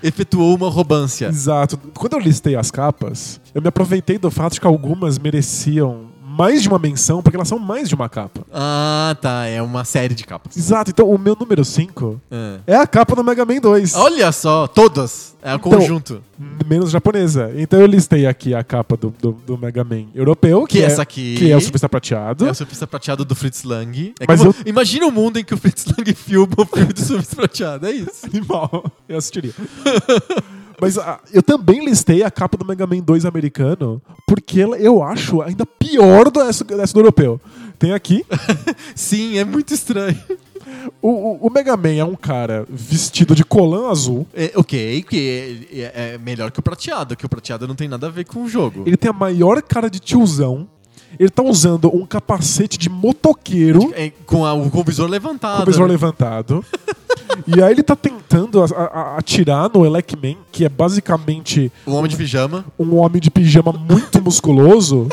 A: Efetuou uma roubância.
B: Exato. Quando eu listei as capas, eu me aproveitei do fato de que algumas mereciam mais de uma menção, porque elas são mais de uma capa.
A: Ah, tá. É uma série de capas.
B: Exato, então o meu número 5
A: É.
B: é a capa do Mega Man 2.
A: Olha só, todas. É o
B: Então-
A: conjunto.
B: Menos japonesa. Então eu listei aqui a capa do, do, do Mega Man europeu, que,
A: Que é
B: é
A: essa aqui.
B: Que é o Superstar Prateado.
A: É o surfista prateado do Fritz Lang. É
B: Mas
A: como- Imagina o mundo em que o Fritz Lang <laughs> filma o filme do surfista prateado. É isso.
B: <laughs> Animal. Eu assistiria. Mas ah, eu também listei a capa do Mega Man 2 americano, porque ela, eu acho ainda pior do essa dessa do europeu. Tem aqui.
A: Sim, é muito estranho.
B: O, o- o Mega Man é um cara vestido de colã azul.
A: É, ok, que é, é- é melhor que o prateado, que o prateado não tem nada a ver com o jogo.
B: Ele tem a maior cara de tiozão. Ele tá usando um capacete de motoqueiro
A: É, com a- o visor
B: com
A: levantado.
B: o visor
A: né?
B: levantado. e aí ele tá tentando a- a- a- atirar no Elec Man, que é basicamente
A: O homem de pijama.
B: um homem de pijama
A: <laughs>
B: muito musculoso.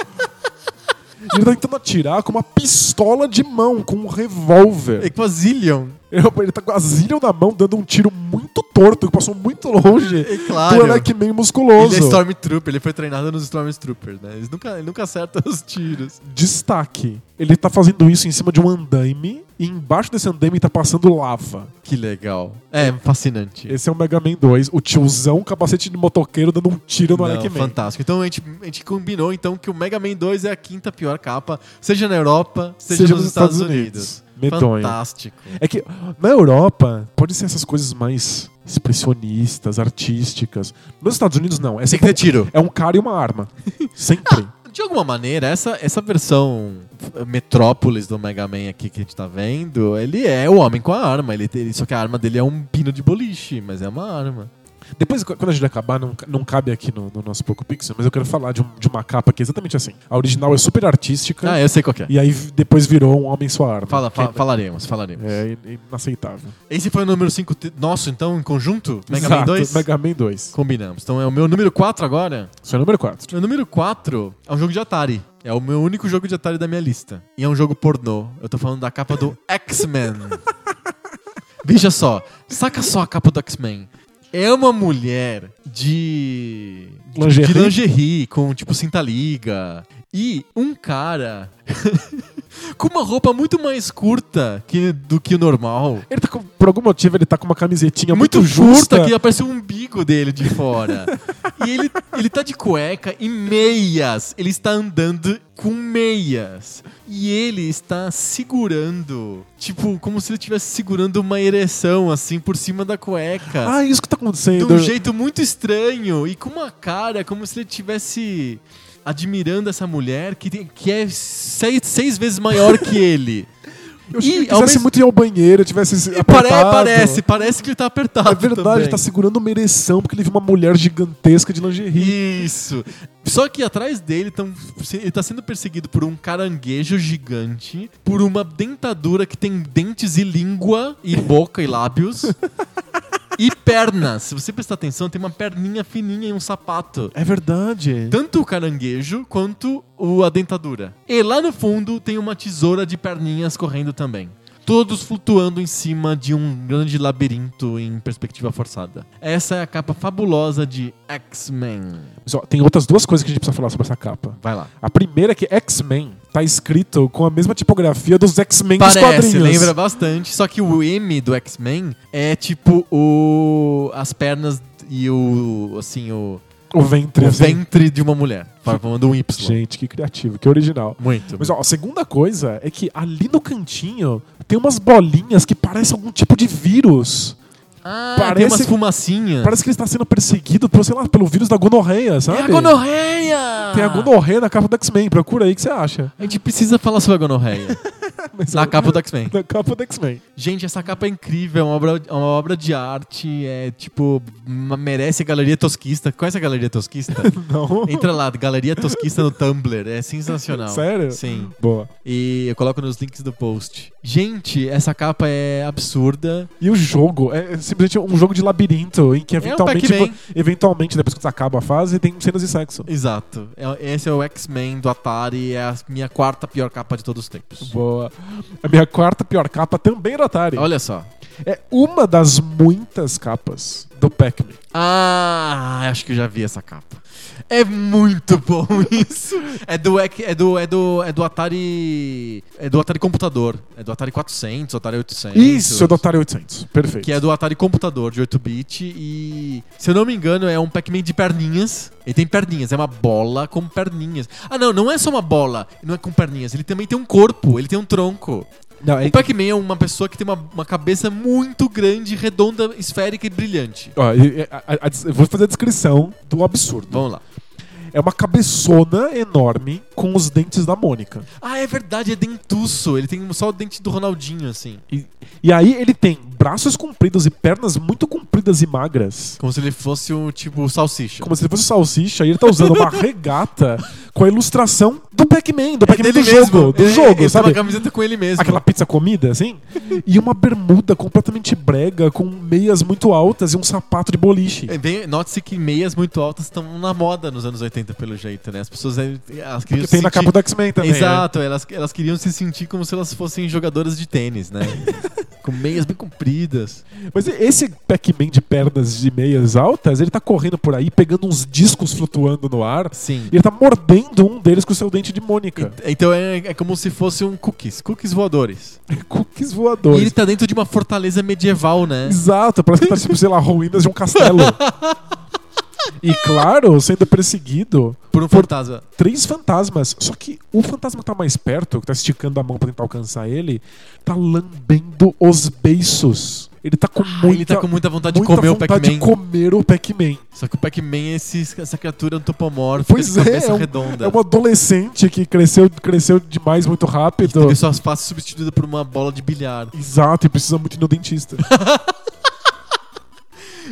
B: E ele tá tentando atirar com uma pistola de mão, com um
A: É
B: revólver.
A: com a Zillion.
B: Ele tá com a zilha na mão, dando um tiro muito torto, que passou muito longe
A: É claro.
B: do Elec Man musculoso.
A: Ele é Stormtrooper, ele foi treinado nos Stormtroopers, né? Eles nunca, ele nunca acerta <laughs> os tiros.
B: destaque. Ele tá fazendo isso em cima de um andaime e embaixo desse andaime tá passando lava.
A: Que legal. É, fascinante.
B: Esse é o Mega Man 2, o tiozão capacete de motoqueiro dando um tiro no
A: Não,
B: Alec Man.
A: fantástico. Então a gente, a gente combinou então que o Mega Man 2 é a quinta pior capa, seja na Europa, seja, nos Estados, Unidos.
B: Medonho.
A: Fantástico.
B: É que na Europa pode ser essas coisas mais expressionistas, artísticas. Nos Estados Unidos não, é
A: Tem que
B: sempre
A: ter tiro.
B: é um cara e uma arma. Sempre. <laughs>
A: De alguma maneira, essa, essa versão Metrópolis do Mega Man aqui que a gente tá vendo, ele é o homem com a arma. Ele, tem- só que a arma dele é um pino de boliche, mas é uma arma.
B: Depois, qu- quando a gente acabar, não, ca- não cabe aqui no, no nosso Poco Pixel, mas eu quero falar de, um- de uma capa que é exatamente assim. A original é super artística
A: Ah, eu sei qual que é.
B: e aí v- depois virou um homem e sua arma.
A: Fala, fa-
B: Quem-
A: falaremos, falaremos.
B: É in- inaceitável.
A: Esse foi o número 5 nosso, então, em conjunto? Mega Man
B: Exato,
A: 2?
B: Mega Man 2.
A: Combinamos. Então é o meu número 4 agora.
B: Isso é o número 4.
A: Meu número 4 é um jogo de Atari. É o meu único jogo de Atari da minha lista. E é um jogo pornô. Eu tô falando da capa do X-Men. Veja só. Saca só a capa do X-Men. É uma mulher de... de-
B: Lingerie?
A: De lingerie, com tipo cinta liga. E um cara... <laughs> com uma roupa muito mais curta que, do que o normal.
B: Ele tá com- por algum motivo, ele tá com uma camisetinha muito,
A: muito
B: justa.
A: justa que aparece o umbigo dele de
B: <laughs>
A: fora. e ele, ele tá de cueca e meias. Ele está andando com meias. E ele está segurando. Tipo, como se ele estivesse segurando uma ereção, assim, por cima da cueca.
B: Ah, isso que tá
A: de
B: acontecendo.
A: um jeito muito estranho. E com uma cara como se ele estivesse admirando essa mulher que, tem- que é seis, seis vezes maior que ele.
B: <laughs> Eu achei que
A: E,
B: ele
A: ao
B: quisesse
A: mesmo-
B: muito ir ao banheiro, tivesse
A: E pare-
B: apertado.
A: parece, parece que ele tá apertado.
B: É verdade,
A: também.
B: ele tá segurando uma ereção porque ele viu uma mulher gigantesca de lingerie.
A: Isso. Só que atrás dele tão, ele tá sendo perseguido por um caranguejo gigante, por uma dentadura que tem dentes e língua, e boca e lábios. e pernas. Se você prestar atenção, tem uma perninha fininha e um sapato.
B: É verdade.
A: Tanto o caranguejo quanto o, a dentadura. E lá no fundo tem uma tesoura de perninhas correndo também. Todos flutuando em cima de um grande labirinto em perspectiva forçada. Essa é a capa fabulosa de X-Men.
B: Mas, ó, tem outras duas coisas que a gente precisa falar sobre essa capa.
A: Vai lá.
B: A primeira é que X-Men tá escrito com a mesma tipografia dos X-Men dos quadrinhos.
A: Parece, lembra bastante. Só que o M do X-Men é tipo o. as pernas e o. assim, o.
B: O ventre.
A: o
B: assim.
A: ventre de uma mulher. Formando um Y.
B: Gente, que criativo, que original.
A: Muito.
B: Mas ó, a segunda coisa é que ali no cantinho tem umas bolinhas que parecem algum tipo de vírus.
A: ah, tem
B: parece-
A: umas fumacinhas.
B: Parece que ele está sendo perseguido, por, sei lá, pelo vírus da gonorreia, sabe?
A: Tem É. a gonorreia!
B: Tem a gonorreia na capa do X-Men, procura aí o que você acha.
A: A gente precisa falar sobre a
B: <laughs>
A: gonorreia. <laughs>
B: Mas
A: na capa do X-Men.
B: Na capa do X-Men.
A: Gente, essa capa é incrível, é uma obra, é uma obra de arte, é tipo, uma- merece a Galeria Tosquista. Conhece a Galeria Tosquista?
B: <laughs> Não.
A: Entra lá, Galeria Tosquista no Tumblr, é sensacional.
B: Sério?
A: Sim.
B: Boa.
A: E eu coloco nos links do post. Gente, essa capa é absurda.
B: E o jogo é simplesmente um jogo de labirinto em que
A: um
B: eventualmente, tipo,
A: Pac-Man.
B: eventualmente depois que você acaba a fase, tem cenas de sexo.
A: Exato. É- Esse é o X-Men do Atari, é a minha quarta pior capa de todos os tempos.
B: Boa. A minha quarta pior capa também era Atari.
A: Olha só.
B: É uma das muitas capas do Pac-Man.
A: Ah, acho que eu já vi essa capa. É muito <laughs> bom isso. É do Ec- é do é do é do Atari, é do Atari computador, é do Atari 400, Atari 800.
B: Isso, é do Atari 800. Perfeito.
A: que é do Atari computador de 8 bit e se eu não me engano é um Pac-Man de perninhas. Ele tem perninhas, é uma bola com perninhas. Ah, não, não é só uma bola, não é com perninhas, ele também tem um corpo, ele tem um tronco.
B: Não, é-
A: O Pac-Man é uma pessoa que tem uma, uma cabeça muito grande, redonda, esférica e brilhante.
B: Ó, e- e- a- a- a- eu vou fazer a descrição do absurdo.
A: Vamos lá.
B: É uma cabeçona enorme com os dentes da Mônica.
A: Ah, é verdade, é dentuço. Ele tem só o dente do Ronaldinho, assim.
B: E, e aí ele tem braços compridos e pernas muito compridas e magras.
A: Como se ele fosse um tipo salsicha.
B: Como se ele fosse salsicha, e ele tá
A: <laughs>
B: usando uma regata com a ilustração do Pac-Man, do
A: É
B: Pac-Man do
A: dele
B: jogo, do
A: Ele-
B: jogo,
A: ele
B: sabe?
A: Tem uma camiseta com ele mesmo.
B: Aquela pizza comida, assim? E uma bermuda completamente brega, com meias muito altas e um sapato de boliche.
A: É bem- Note-se que meias muito altas estão na moda nos anos 80, pelo jeito, né? As pessoas eh, elas queriam
B: Porque tem na capa do X-Men também. né?
A: Exato, elas, elas queriam se sentir como se elas fossem jogadoras de tênis,
B: <laughs>
A: né? com meias bem compridas.
B: Mas esse Pac-Man de pernas de meias altas, ele tá correndo por aí, pegando uns discos flutuando no ar.
A: Sim.
B: E ele tá mordendo um deles com o seu dente de Mônica.
A: E- Então é, é como se fosse um cookies, cookies voadores.
B: <laughs>
A: E
B: Cookies
A: ele
B: voadores.
A: tá dentro de uma fortaleza medieval, né?
B: Exato, parece que tá, tipo, sei lá, ruínas de um castelo. e claro, sendo perseguido
A: Por um fantasma.
B: três fantasmas. Só que o fantasma que tá mais perto, que tá esticando a mão pra tentar alcançar ele, tá lambendo os beiços. Ele tá com muita,
A: ele tá com muita vontade
B: muita
A: de comer
B: vontade de
A: o Pac-Man.
B: comer o Pac-Man.
A: Só que o Pac-Man é esse- essa criatura antropomórfica
B: Pois
A: de cabeça
B: é, é um-
A: redonda.
B: É um adolescente que cresceu, cresceu demais muito rápido.
A: Teve sua face substituída por uma bola de bilhar.
B: Exato, e precisa muito ir no dentista.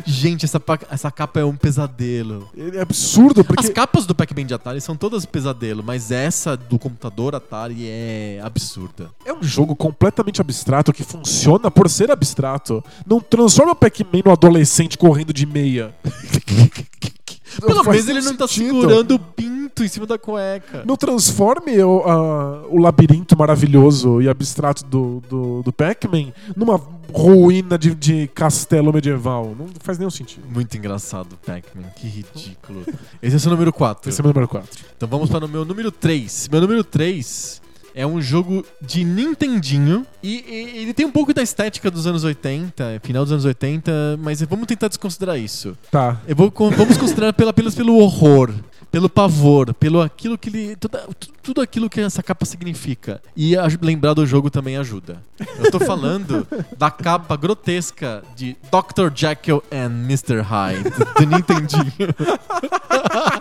A: Gente, essa, pa- essa capa é um pesadelo.
B: é absurdo, porque.
A: As capas do Pac-Man de Atari são todas pesadelo, mas essa do computador Atari é absurda.
B: É um jogo completamente abstrato que funciona por ser abstrato. Não transforma o Pac-Man no adolescente correndo de meia.
A: <laughs>
B: Não
A: Pelo
B: faz
A: menos ele não tá
B: sentido.
A: segurando o pinto em cima da cueca.
B: Não transforme o, a- o labirinto maravilhoso e abstrato do, do, do Pac-Man numa ruína de, de castelo medieval. Não faz nenhum sentido.
A: Muito engraçado, Pac-Man. Que ridículo. Esse é o seu número 4.
B: Esse é o meu número 4.
A: Então vamos para o meu número 3. Meu número 3 é um jogo de Nintendinho e, e- ele tem um pouco da estética dos anos 80, final dos anos 80, mas vamos tentar desconsiderar isso.
B: Tá.
A: Eu vou, con- vamos considerar pela, apenas pelo horror. pelo pavor, pelo aquilo que ele. Tudo, tudo aquilo que essa capa significa. E a- lembrar do jogo também ajuda. Eu tô falando da capa grotesca de Dr. Jekyll and Mr. Hyde, do Nintendinho. <laughs>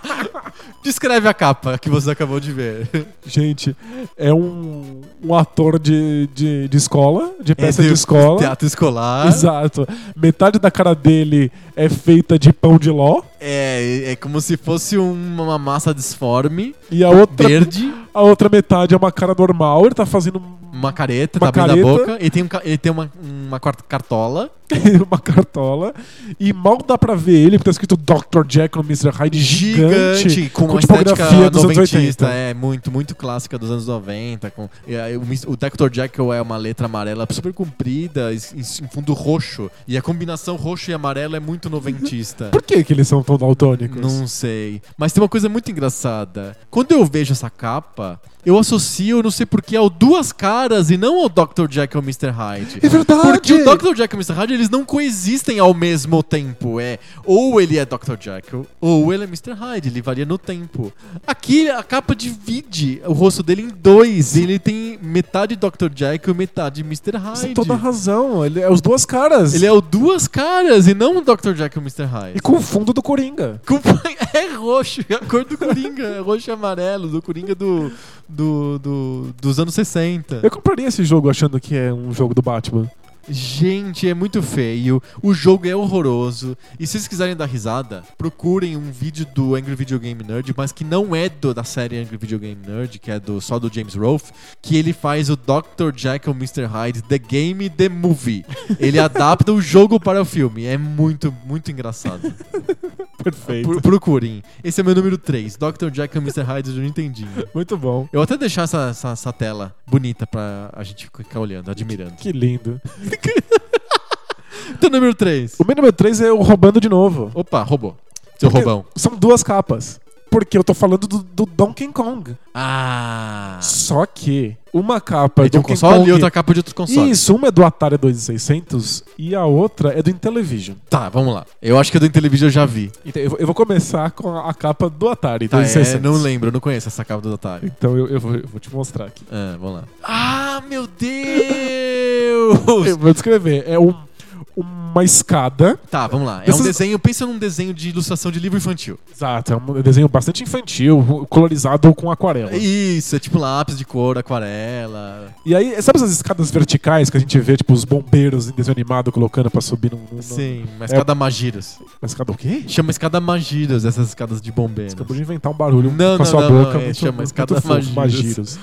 A: Descreve a capa que você acabou de ver.
B: Gente, é um, um ator de, de, de escola, de peça
A: É
B: de
A: do
B: escola.
A: Teatro escolar.
B: Exato. Metade da cara dele é feita de pão de ló
A: É, é como se fosse um- uma massa disforme,
B: e a outra,
A: verde,
B: a outra metade é uma cara normal. Ele tá fazendo
A: uma careta,
B: Uma
A: tá abrindo
B: careta.
A: a boca, e tem, um, ca- ele tem uma, uma quart- cartola.
B: <laughs> uma cartola e mal dá pra ver ele, porque tá escrito Dr. Jekyll Mr. Hyde gigante,
A: com, uma
B: tipografia
A: estética
B: dos anos
A: noventista,
B: 80.
A: é muito, muito clássica dos anos 90. Com, e aí o, Mis- o Dr. Jekyll é uma letra amarela super comprida, es- em, em fundo roxo, e a combinação roxo e amarelo é muito noventista.
B: Por que, que eles são tão daltônicos?
A: Não sei. Mas tem uma coisa muito engraçada. Quando eu vejo essa capa, eu associo, não sei porquê, ao Duas Caras e não ao Dr. Jack e ao Mr. Hyde.
B: É verdade!
A: Porque o Dr. Jack e o Mr. Hyde, eles não coexistem ao mesmo tempo. É, ou ele é Dr. Jekyll, ou ele é Mr. Hyde. Ele varia no tempo. Aqui, a capa divide o rosto dele em dois. Ele tem metade Dr. Jekyll e metade Mr.
B: Você tem
A: Hyde.
B: toda a razão. Ele é os duas caras.
A: Ele é o Duas Caras e não o Dr. Jekyll e o Mr. Hyde. <laughs>
B: E com o fundo do Coringa.
A: Culpa- É roxo, é a cor do Coringa, é roxo e amarelo, do Coringa do, do, do- dos anos 60.
B: Eu compraria esse jogo achando que é um jogo do Batman.
A: Gente, é muito feio, o jogo é horroroso. E se vocês quiserem dar risada, procurem um vídeo do Angry Video Game Nerd, mas que não é do- da série Angry Video Game Nerd, que é do, só do James Rolfe, que ele faz o Dr. Jekyll Mr. Hyde The Game The Movie. Ele adapta o jogo para o filme. É muito, muito engraçado.
B: Perfeito.
A: Pro- procurem. Esse é meu número 3, Dr. Jack e Mr. Hyde do Nintendinho.
B: Muito bom.
A: Eu vou até deixar essa, essa, essa tela bonita pra a gente ficar olhando, admirando.
B: Que lindo.
A: Então, número 3.
B: O meu número 3 é o roubando de novo.
A: Opa, roubou. Seu
B: Porque
A: roubão.
B: São duas capas. Porque eu tô falando do, do Donkey Kong.
A: Ah.
B: Só que uma capa é
A: Ele
B: do
A: tem um
B: Donkey
A: console
B: Kong.
A: e outra capa de outro console.
B: Isso, uma é do Atari 2600 e a outra é do Intellivision.
A: Tá, vamos lá. Eu acho que a do Intellivision eu já vi.
B: Então, eu, vou- eu vou começar com a, a capa do Atari
A: Tá, é,
B: 2600.
A: não lembro, eu não conheço essa capa do <laughs> Atari.
B: Então eu, eu vou, eu vou te mostrar aqui.
A: Ah, vamos lá. Ah, meu Deus!
B: Eu vou descrever. É um- uma escada.
A: <laughs> Tá, vamos lá. É um
B: Essas-
A: desenho, pensa num desenho de ilustração de livro infantil.
B: Exato, é um desenho bastante infantil, colorizado com aquarela.
A: Isso, é tipo lápis de cor, aquarela.
B: E aí, sabe essas escadas verticais que a gente vê, tipo, os bombeiros em desenho animado colocando pra subir num.
A: Tá
B: num-
A: Sim, uma
B: É-
A: escada Magiras.
B: Uma escada o quê?
A: Chama escada Magiras, essas escadas de bombeiros.
B: Você acabou de inventar um barulho
A: Não,
B: com a
A: não,
B: sua
A: não,
B: boca.
A: não, é,
B: muito,
A: chama
B: muito
A: escada
B: fofo.
A: Magiros.
B: Magiros.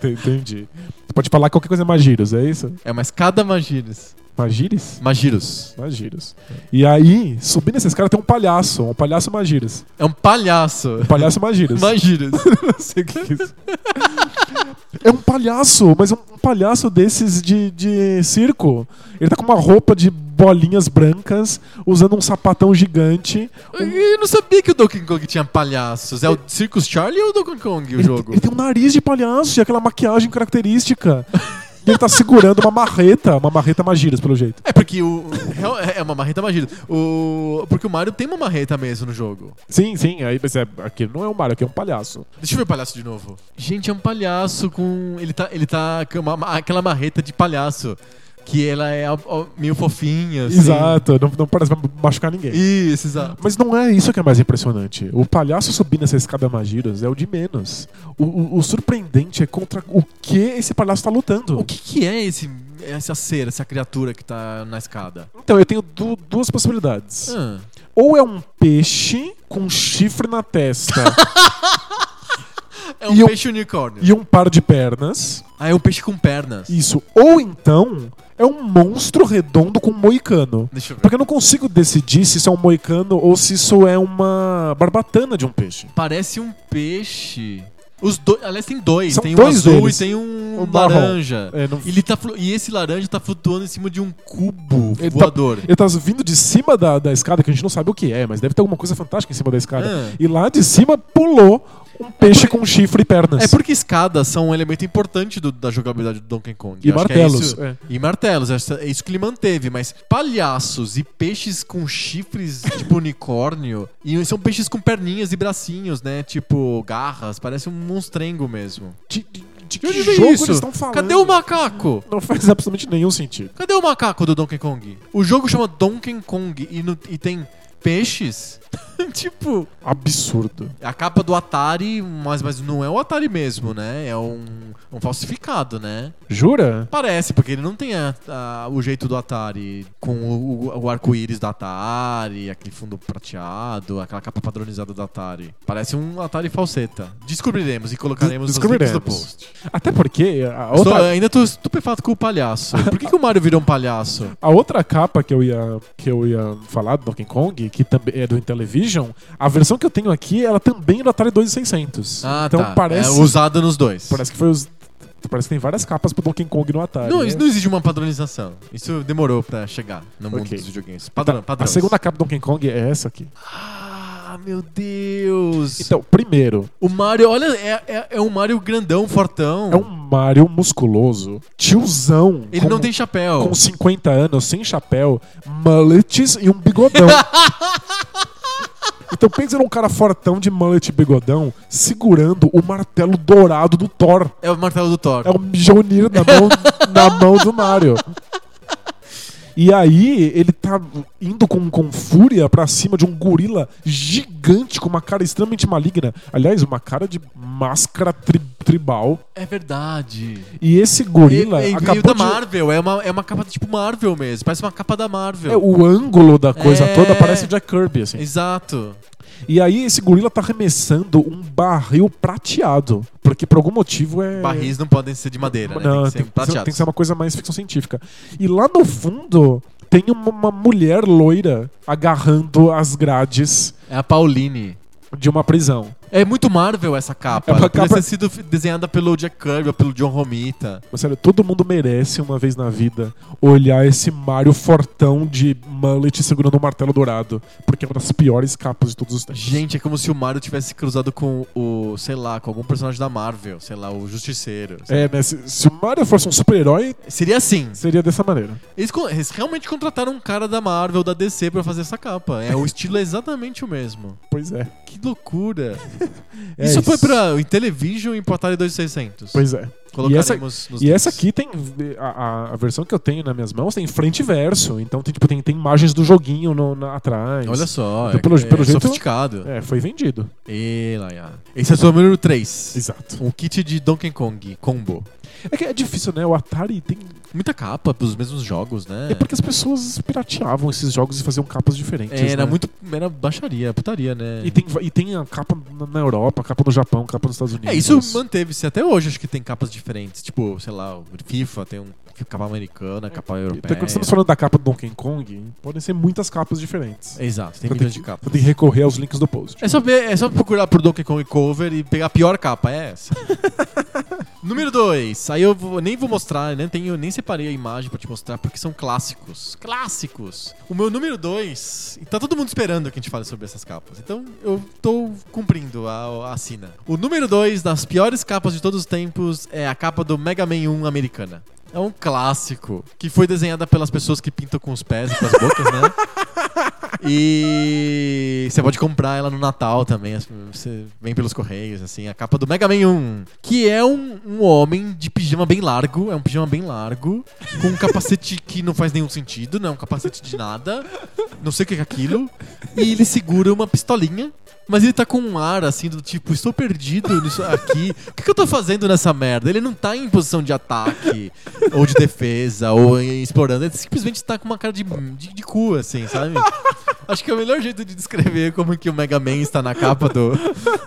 B: <laughs> Ent- Entendi. Você pode falar qualquer coisa Magiros, é isso?
A: É uma escada Magiras.
B: Magiris?
A: Magiros.
B: Magiros. E aí, subindo essa escada tem um palhaço, um palhaço Magiros.
A: É um palhaço.
B: Um palhaço Magiros. <laughs>
A: Magiras.
B: Não sei o que é isso. É um palhaço, mas um um palhaço desses de, de circo. Ele tá com uma roupa de bolinhas brancas, usando um sapatão gigante.
A: Eu não sabia que o Donkey Kong tinha palhaços. É o Circus Charlie ou o Donkey Kong o
B: Ele-
A: jogo?
B: Ele tem um nariz de palhaço e aquela maquiagem característica. E ele tá segurando uma marreta, uma marreta magiras, pelo jeito.
A: É porque o. real- É uma marreta Magiras. O... Porque o Mario tem uma marreta mesmo no jogo.
B: Sim, sim, aí mas é, aqui não é um Mario, aqui é um palhaço.
A: Deixa eu ver o palhaço de novo. Gente, é um palhaço com. Ele tá. Ele tá com uma- aquela marreta de palhaço. Que ela é ó, ó, meio fofinha. assim.
B: Exato, não, não parece machucar ninguém.
A: Isso, exato.
B: Mas não é isso que é mais impressionante. O palhaço subindo essa escada Magiras é o de menos. O, o- o surpreendente é contra o que esse palhaço tá lutando.
A: O que, que é esse, essa cera, essa criatura que tá na escada?
B: Então, eu tenho du- duas possibilidades.
A: Ah,
B: Ou é um peixe com um chifre na <laughs> testa
A: É um
B: E eu-
A: peixe unicórnio.
B: e um par de pernas.
A: Ah, é um peixe com pernas.
B: Isso. Ou então é um monstro redondo com um moicano.
A: Deixa eu ver.
B: Porque eu não consigo decidir se isso é um moicano ou se isso é uma barbatana de um peixe.
A: Parece um peixe. Os dois. Aliás, tem dois.
B: São
A: tem
B: dois
A: um azul
B: deles.
A: e tem um
B: O marrom.
A: laranja.
B: É, não-
A: Ele tá flu- E esse laranja tá flutuando em cima de um cubo
B: Ele tá-
A: voador.
B: Ele tá vindo de cima da, da escada, que a gente não sabe o que é, mas deve ter alguma coisa fantástica em cima da escada.
A: Ah.
B: E lá de cima pulou um peixe com chifre e pernas.
A: É porque escadas são um elemento importante do- da jogabilidade do Donkey Kong.
B: E
A: Eu acho que é
B: martelos,
A: isso-
B: é.
A: E martelos, essa- é isso que ele manteve. Mas palhaços e peixes com chifres <laughs> tipo unicórnio. E são peixes com perninhas e bracinhos, né? Tipo garras. Parece um monstrengo mesmo.
B: De, de- de
A: De
B: que
A: onde vem
B: jogo
A: isso?
B: eles estão falando?
A: Cadê o macaco?
B: Não faz <laughs> absolutamente nenhum sentido.
A: Cadê o macaco do Donkey Kong? O jogo chama Donkey Kong e, no- e tem peixes? <laughs> tipo,
B: Absurdo.
A: a capa do Atari, mas, mas não é o Atari mesmo, né? É um, um falsificado, né?
B: Jura?
A: Parece, porque ele não tem a- a- o jeito do Atari com o, o- o arco-íris da Atari, aquele fundo prateado, aquela capa padronizada do Atari. Parece um Atari falseta. Descobriremos e colocaremos os links do
B: Descobriremos.
A: post.
B: Até porque a
A: Estou-
B: outra,
A: ainda tô estupefato com o palhaço. Por que, que o Mario virou um palhaço?
B: a outra capa que eu ia que eu ia falar do Donkey Kong, que também é do Intellivision, a versão que eu tenho aqui, ela também é do Atari 2600.
A: Ah,
B: então
A: tá.
B: parece
A: É usado nos dois.
B: parece que foi os Parece que tem várias capas pro Donkey Kong no Atari.
A: Não,
B: né?
A: isso não existe uma padronização. Isso demorou pra chegar no mundo
B: Ok.
A: dos videogames. Padrão,
B: Tá,
A: padrão.
B: A segunda capa do Donkey Kong é essa aqui.
A: Ah, meu Deus.
B: Então, primeiro,
A: o Mario, olha, é, é, é um Mario grandão, fortão.
B: é um Mario musculoso, tiozão.
A: Ele
B: com-
A: não tem chapéu.
B: Com 50 anos, sem chapéu, mullets e um bigodão. então pensa num cara fortão de mullet e bigodão segurando o martelo dourado do Thor.
A: É o martelo do Thor.
B: É o Mjolnir na mão, na mão do Mario. E aí, ele tá indo com, com fúria pra cima de um gorila gigante com uma cara extremamente maligna. Aliás, uma cara de máscara tri- tribal.
A: É verdade.
B: E esse gorila
A: Ele- ele veio
B: acabou
A: da
B: de...
A: Marvel. É uma, é uma capa tipo Marvel mesmo. Parece uma capa da Marvel.
B: É, o ângulo da coisa
A: É.
B: toda parece o Jack Kirby, assim.
A: Exato.
B: E aí esse gorila tá arremessando um barril prateado. Porque por algum motivo é.
A: Barris não podem ser de madeira, né?
B: Não,
A: tem que ser prateados.
B: tem que ser uma coisa mais ficção científica. E lá no fundo tem uma, uma mulher loira agarrando as grades
A: É a Pauline.
B: de uma prisão.
A: É muito Marvel essa capa.
B: É uma
A: Ela podia
B: capa-
A: ter sido f- desenhada pelo Jack Kirby ou pelo John Romita.
B: Mas, Sério, todo mundo merece uma vez na vida olhar esse Mario fortão de mullet segurando um martelo dourado. Porque é uma das piores capas de todos os tempos.
A: Gente, é como se o Mario tivesse cruzado com o, sei lá, com algum personagem da Marvel, sei lá, o Justiceiro.
B: É, né? Se, se o Mario fosse um super-herói,
A: Seria assim.
B: seria dessa maneira.
A: Eles, co- eles realmente contrataram um cara da Marvel, da DC, pra fazer essa capa. É, o estilo é exatamente o mesmo.
B: Pois é.
A: Que loucura.
B: É
A: isso, foi pra Intellivision e pro Atari 2600.
B: Pois é.
A: Colocaremos nos
B: E essa
A: links.
B: aqui tem. A, a- a versão que eu tenho nas minhas mãos tem frente e verso. Então tem, tipo, tem, tem imagens do joguinho no- na- atrás.
A: Olha só,
B: Então,
A: é,
B: pelo-
A: é
B: pelo jeito-
A: sofisticado.
B: É, foi vendido.
A: E, Laia. Esse é o seu número 3.
B: Exato.
A: Um kit de Donkey Kong combo.
B: É que é difícil, né? O Atari tem.
A: Muita capa pros mesmos jogos, né?
B: É, porque as pessoas pirateavam esses jogos e faziam capas diferentes.
A: É, era
B: né?
A: muito. Era baixaria, putaria, né?
B: E tem, e tem a capa na- na Europa, a capa no Japão, a capa nos Estados Unidos.
A: É, isso manteve-se até hoje, acho que tem capas diferentes. Tipo, sei lá, o FIFA tem um capa americana, capa
B: Então,
A: europeia.
B: quando estamos falando da capa do Donkey Kong, podem ser muitas capas diferentes.
A: Exato, É, tem
B: Então
A: milhões
B: que-
A: de capas.
B: Então tem que recorrer aos links do post.
A: É só, ver- é só procurar por Donkey Kong Cover e pegar a pior capa, é essa. Número 2. Aí eu vou- nem vou mostrar, nem, tenho, nem separei a imagem pra te mostrar, porque são clássicos. Clássicos! O meu número 2. Tá todo mundo esperando que a gente fale sobre essas capas. Então eu tô cumprindo a, a sina. O número 2 das piores capas de todos os tempos é a capa do Mega Man 1 americana. É um clássico que foi desenhada pelas pessoas que pintam com os pés e com as bocas, né? E você pode comprar ela no Natal também. as- Você vem pelos correios, assim, a capa do Mega Man 1, que é um, um homem de pijama bem largo, é um pijama bem largo, com um capacete que não faz nenhum sentido, não é um capacete de nada, não sei o que é aquilo. E ele segura uma pistolinha, mas ele tá com um ar assim do tipo, estou perdido nisso aqui. O que, que eu tô fazendo nessa merda? Ele não tá em posição de ataque, ou de defesa, ou em- explorando. Ele simplesmente tá com uma cara de, de, de cu, assim, sabe? Acho que é o melhor jeito de descrever como que o Mega Man está na capa do,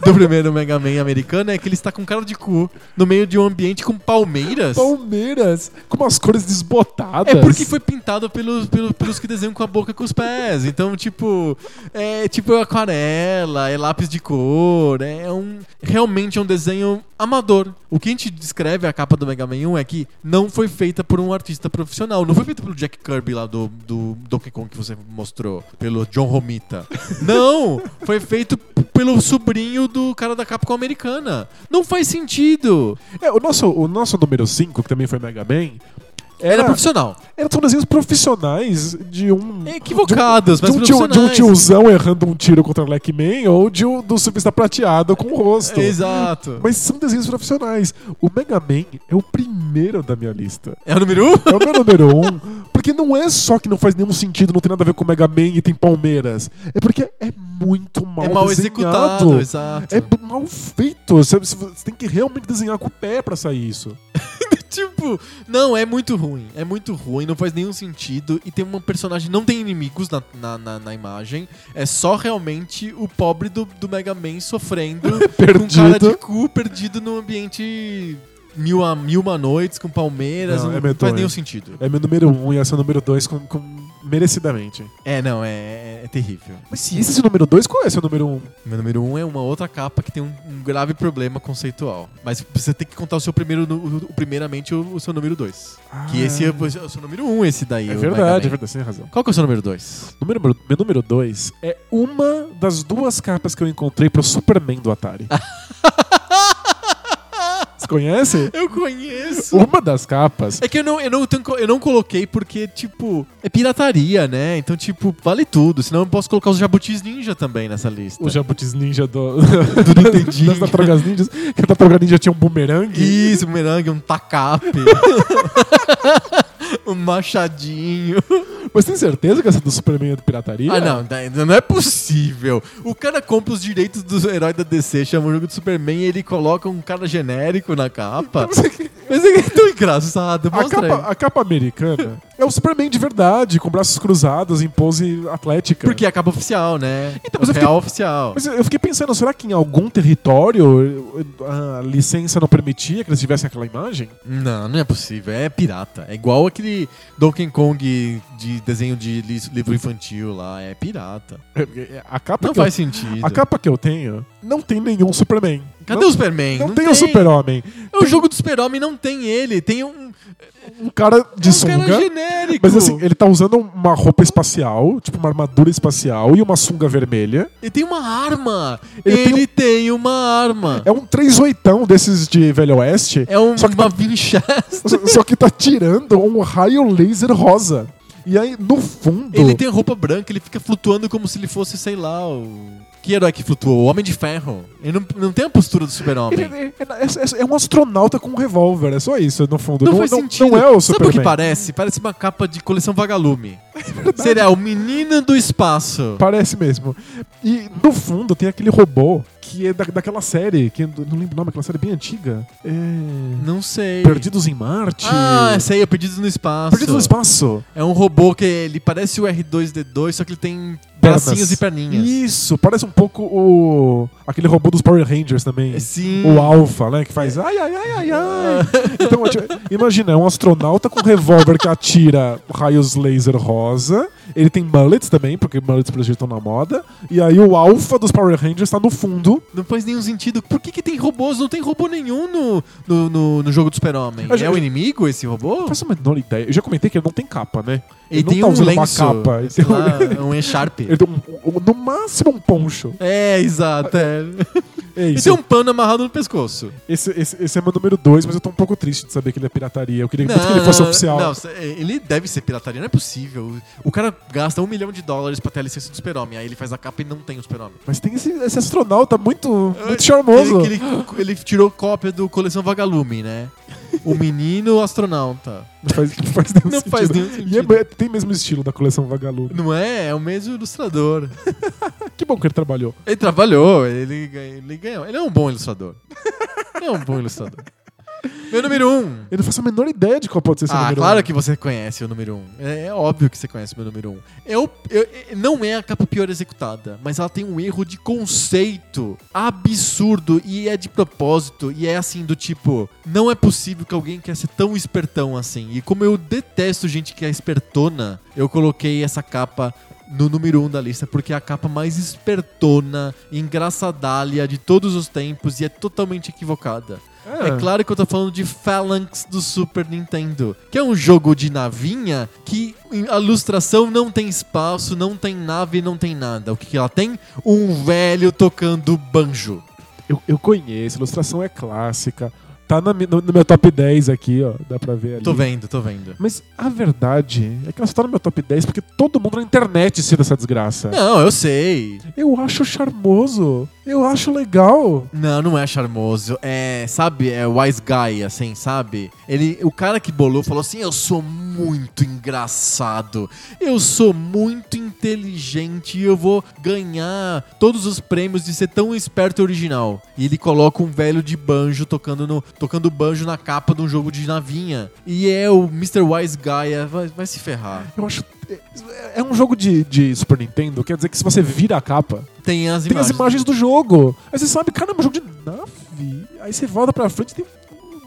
A: do primeiro Mega Man americano é que ele está com cara de cu no meio de um ambiente com palmeiras.
B: Palmeiras, com umas cores desbotadas.
A: É porque foi pintado pelos, pelos, pelos que desenham com a boca e com os pés. Então, tipo, é tipo aquarela, é lápis de cor, é um. Realmente é um desenho amador. O que a gente descreve a capa do Mega Man 1 é que não foi feita por um artista profissional. Não foi feita pelo Jack Kirby lá do,
B: <laughs>
A: do Donkey Kong que você mostrou, pelo John Romita. Não! Foi feito p- pelo sobrinho do cara da Capcom americana. Não faz sentido.
B: É, o, nosso, o nosso número 5, que também foi Mega Man,
A: Era
B: era,
A: profissional.
B: eram são desenhos profissionais de um.
A: Equivocados,
B: de um,
A: mas
B: de um tio- de um
A: profissionais.
B: tiozão errando um tiro contra o Black Man ou de um, do surfista prateado com o rosto.
A: É, Exato.
B: Mas são desenhos profissionais. O Mega Man é o primeiro da minha lista.
A: É o número 1? Um?
B: É o meu número um. Porque não é só que não faz nenhum sentido, não tem nada a ver com Mega Man e tem Palmeiras. É porque é muito mal
A: É mal
B: desenhado.
A: executado, exato.
B: É b- mal feito. Você, você- você tem que realmente desenhar com o pé pra sair isso.
A: <laughs> Tipo, não, é muito ruim. É muito ruim, não faz nenhum sentido. E tem uma personagem, não tem inimigos na, na, na- na imagem. É só realmente o pobre do, do Mega Man
B: <laughs>
A: sofrendo com um cara de
B: Perdido.
A: cu perdido num ambiente mil, a, mil uma noites com palmeiras.
B: Não,
A: Não,
B: é
A: faz
B: medonho.
A: nenhum sentido.
B: É meu número um e esse é o número dois com, com- merecidamente.
A: É, não, é, é- é terrível.
B: Mas se esse é o número dois, qual é esse é o número um?
A: Meu número um é uma outra capa que tem um, um grave problema conceitual. Mas você tem que contar o seu primeiro, nu- o- primeiramente, o, o seu número dois. Que esse é, o- o seu número um, esse daí.
B: Ah, É
A: o Mega Man.
B: verdade, é verdade, você tem razão.
A: Qual que é o seu número 2?
B: O Número, meu número 2 é uma das duas capas que eu encontrei pro Superman do <laughs> Atari. Você conhece?
A: Eu conheço!
B: Uma das capas.
A: É que eu não, eu, não, tenho co- eu não coloquei porque, tipo, é pirataria, né? Então, tipo, vale tudo. Senão eu posso colocar os jabutis ninja também nessa lista.
B: O Jabutis Ninja do,
A: Do Nintendinho.
B: <laughs> das Tartarugas Ninjas. Que a Tartaruga Ninja tinha um bumerangue.
A: Isso, um merangue, um tacape.
B: <laughs>
A: <laughs> um machadinho.
B: Mas tem certeza que essa do Superman é de pirataria?
A: Ah, não, daí não é possível. O cara compra os direitos do herói da DC, chama o jogo do Superman e ele coloca um cara genérico na capa. Mas é <laughs> tão engraçado,
B: Então tá A
A: mostra aí.
B: capa, a capa americana é o Superman de verdade, com braços cruzados, em pose atlética.
A: Porque é a capa oficial, né? é
B: Então, mas
A: o
B: eu
A: real oficial.
B: Mas eu fiquei pensando, será que em algum território eh, a licença não permitia que eles tivessem aquela imagem?
A: Não, não é possível. É pirata. É igual aquele Donkey Kong de desenho de li- livro infantil lá. É pirata.
B: É, porque A capa,
A: Não
B: que eu,
A: faz sentido.
B: a capa que eu tenho não tem nenhum Superman.
A: Cadê
B: não,
A: o Superman?
B: Não, tem o Super-Homem.
A: É o jogo do Super-Homem, não tem ele. Tem um,
B: Um cara de
A: é um
B: sunga.
A: cara genérico.
B: mas assim, ele tá usando uma roupa espacial, tipo uma armadura espacial e uma sunga vermelha.
A: Ele tem uma arma.
B: Ele
A: Ele,
B: tem
A: tem, um- uma arma.
B: É um 3-8 desses de Velho Oeste.
A: É um, <laughs>
B: Só que
A: uma Winchester.
B: Só- Só que tá tirando um raio laser rosa. E aí, no fundo.
A: Ele tem roupa branca, ele fica flutuando como se ele fosse, sei lá, o... Que herói que flutuou? O Homem de Ferro. Ele não, não tem a postura do
B: Ele-
A: Super-Homem.
B: ele- é, é- é um astronauta com um revólver, é só isso, no fundo.
A: Não, faz sentido.
B: não é
A: Sabe o
B: o Superman.
A: que parece? Parece uma capa de coleção vagalume. Seria o Menino do Espaço.
B: Parece mesmo. E no fundo tem aquele robô que é da, daquela série, que eu não lembro o nome, aquela série bem antiga. É...
A: Não sei.
B: Perdidos em Marte.
A: Ah, sei, é Perdidos no Espaço.
B: Perdidos no Espaço.
A: É um robô que ele parece o R2-D2, só que ele tem
B: Pernas.
A: bracinhos e perninhas.
B: Isso, parece um pouco o. aquele robô dos Power Rangers também.
A: Sim.
B: O Alpha, né? Que faz ai, ai, ai, ai, ai. Então, tipo, imagina, é um astronauta com um revólver que atira raios laser rosa. Ele tem mullets também, porque mullets pra gente estão na moda. E aí o Alpha dos Power Rangers tá no fundo.
A: Não faz nenhum sentido. Por que, que tem robôs? Não tem robô nenhum no, no, no, no jogo do Super-Homem.
B: Eu já-
A: É o inimigo esse robô?
B: Não faço a menor ideia. Eu já comentei que ele não tem capa, né?
A: Ele
B: não
A: tem
B: tá
A: um
B: usando
A: lenço.
B: uma capa. Ele
A: sei
B: tem, um-
A: lá, é um E-Sharp.
B: <laughs> ele tem um- um- no máximo um poncho.
A: É, exato.
B: <laughs>
A: É.
B: É
A: Ele
B: isso.
A: tem um pano amarrado no pescoço.
B: Esse, esse- esse é meu número dois, mas eu tô um pouco triste de saber que ele é pirataria. Eu queria muito que ele fosse oficial.
A: Não, cê- é, ele deve ser pirataria, não é possível. O cara gasta um milhão de dólares pra ter a licença do super-homem, aí ele faz a capa e não tem o super-homem.
B: Mas tem esse, esse astronauta muito, muito charmoso.
A: Ele, ele- ele tirou cópia do Coleção Vagalume, né? O menino astronauta.
B: Não faz, não faz nenhum
A: Não
B: sentido.
A: faz nenhum sentido.
B: E é- é- tem mesmo estilo da coleção Vagalume.
A: Não é? É o mesmo ilustrador.
B: Que bom que ele trabalhou.
A: Ele trabalhou, ele, ganha- ele ganhou. Ele é um bom ilustrador. ele é um bom ilustrador. Meu número um.
B: Eu não faço a menor ideia de qual pode ser esse
A: Ah,
B: número
A: claro
B: um.
A: que você conhece o número 1. Um. É, é óbvio que você conhece o meu número 1. Um. Eu, eu- eu- não é a capa pior executada, mas ela tem um erro de conceito absurdo e é de propósito. E é assim, do tipo, não é possível que alguém quer ser tão espertão assim. E como eu detesto gente que é espertona, eu coloquei essa capa no número 1 um da lista, porque é a capa mais espertona, engraçadalha de todos os tempos e é totalmente equivocada. É
B: Ah.
A: claro que eu tô falando de Phalanx do Super Nintendo, que é um jogo de navinha que em- a ilustração não tem espaço, não tem nave, não tem nada. O que, que ela tem? Um velho tocando banjo.
B: Eu, eu conheço, a ilustração é clássica. Tá na mi- no, no meu top 10 aqui, ó. Dá pra ver ali.
A: Tô vendo, tô vendo.
B: Mas a verdade é que ela só tá no meu top 10 porque todo mundo na internet cita essa desgraça.
A: Não, eu sei.
B: Eu acho charmoso. Eu acho legal.
A: Não, não é charmoso. É, sabe, é wise guy, assim, sabe? Ele, o cara que bolou falou assim: eu sou muito engraçado, eu sou muito inteligente, eu vou ganhar todos os prêmios de ser tão esperto e original. E ele coloca um velho de banjo tocando no, tocando banjo na capa de um jogo de navinha. E é o Mr. Wise Guy, é, vai, vai se ferrar.
B: Eu acho. é- É um jogo de, de Super Nintendo, quer dizer que se você vira a capa,
A: Tem as
B: tem
A: imagens.
B: as imagens do jogo. Aí você sabe, caramba, é um jogo de nave. Aí você volta pra frente e tem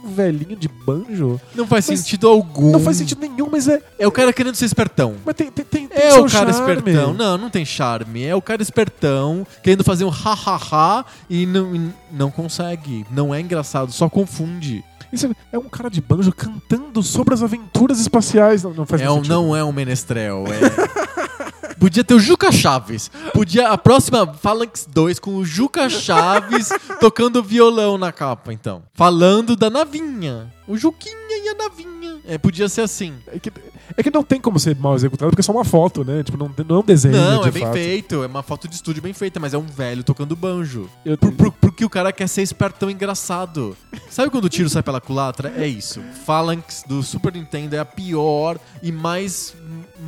B: um velhinho de banjo.
A: Não faz
B: Mas
A: sentido algum.
B: Não faz sentido nenhum, mas é.
A: É o cara querendo ser espertão.
B: Mas tem, tem, tem, tem
A: É
B: seu
A: o cara
B: charme.
A: espertão. né? Não, não tem charme. É o cara espertão querendo fazer um ha-ha-ha e não, e não consegue. Não é engraçado, só confunde.
B: Isso é um cara de banjo cantando sobre as aventuras espaciais. Não, não faz
A: É
B: nenhum
A: um,
B: sentido.
A: não é um menestrel. é- <laughs> Podia ter o Juca Chaves. Podia a próxima Phalanx 2 com o Juca Chaves <laughs> tocando violão na capa, então. Falando da navinha. O Juquinha e a navinha. É, podia ser assim.
B: É que, é que não tem como ser mal executado, porque é só uma foto, né? Tipo, não, não é um desenho.
A: Não,
B: de
A: é bem
B: fato.
A: feito. É uma foto de estúdio bem feita, mas é um velho tocando banjo.
B: Eu-
A: Por, por- porque o cara quer ser espertão engraçado. Sabe quando o tiro sai pela culatra? É isso. Phalanx do Super Nintendo é a pior e mais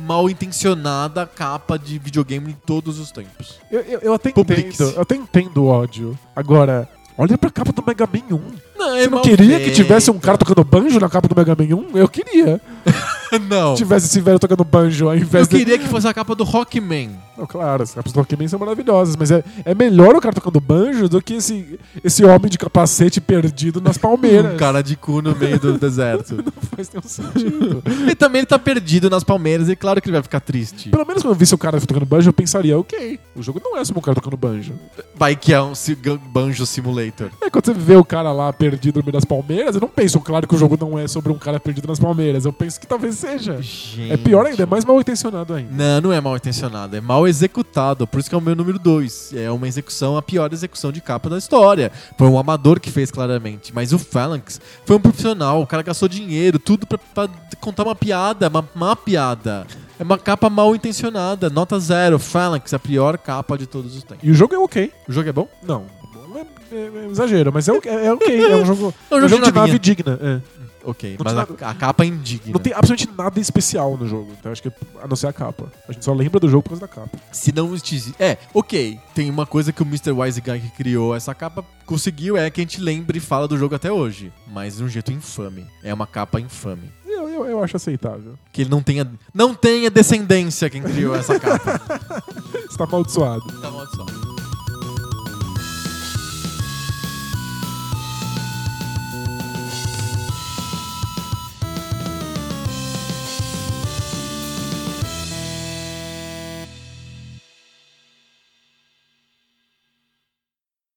A: mal intencionada capa de videogame em todos os tempos.
B: Eu, eu, eu até
A: Publix.
B: entendo, eu até entendo o ódio. Agora, olha pra capa do Mega Man 1.
A: Não, é
B: Você não queria que tivesse um cara tocando banjo na capa do Mega Man 1? Eu queria.
A: <laughs> Não.
B: Que tivesse esse velho tocando banjo ao invés
A: Eu
B: de.
A: queria que fosse a capa do Rockman.
B: Não, claro, as capas do Rockman são maravilhosas, mas é, é melhor o cara tocando banjo do que esse, esse homem de capacete perdido nas palmeiras.
A: Um cara de cu no meio
B: <laughs>
A: do deserto.
B: Não faz nenhum sentido. <laughs>
A: e também ele tá perdido nas palmeiras e claro que ele vai ficar triste.
B: Pelo menos quando eu visse o cara tocando banjo, eu pensaria, ok, o jogo não é sobre um cara tocando banjo.
A: Vai que é um si- banjo simulator.
B: É quando você vê o cara lá perdido no meio das palmeiras, eu não penso, claro, que o jogo não é sobre um cara perdido nas palmeiras. Eu penso que talvez seja.
A: Gente.
B: É pior ainda, é mais mal intencionado ainda.
A: Não, não é mal intencionado, é mal executado. Por isso que é o meu número 2. É uma execução, a pior execução de capa da história. Foi um amador que fez, claramente. Mas o Phalanx foi um profissional, o cara gastou dinheiro, tudo pra, pra contar uma piada, uma má piada. É uma capa mal intencionada, nota zero. Phalanx, a pior capa de todos os tempos.
B: E o jogo é ok.
A: O jogo é bom?
B: Não. É, é- é exagero, mas é, ok- é ok. É um jogo,
A: É um jogo de
B: um jogo de
A: navinha.
B: nave digna. é.
A: Ok,
B: Não
A: mas
B: tem
A: a, a capa é indigna.
B: Não tem absolutamente nada especial no jogo. Então acho que a não ser a capa. A gente só lembra do jogo por causa da capa.
A: Se não existe. É, ok. Tem uma coisa que o Mr. Wise Guy que criou essa capa conseguiu é que a gente lembra e fala do jogo até hoje. Mas de um jeito infame. É uma capa infame.
B: Eu, eu, eu acho aceitável.
A: Que ele não tenha. Não tenha descendência quem criou essa capa.
B: Está amaldiçoado.
A: tá amaldiçoado.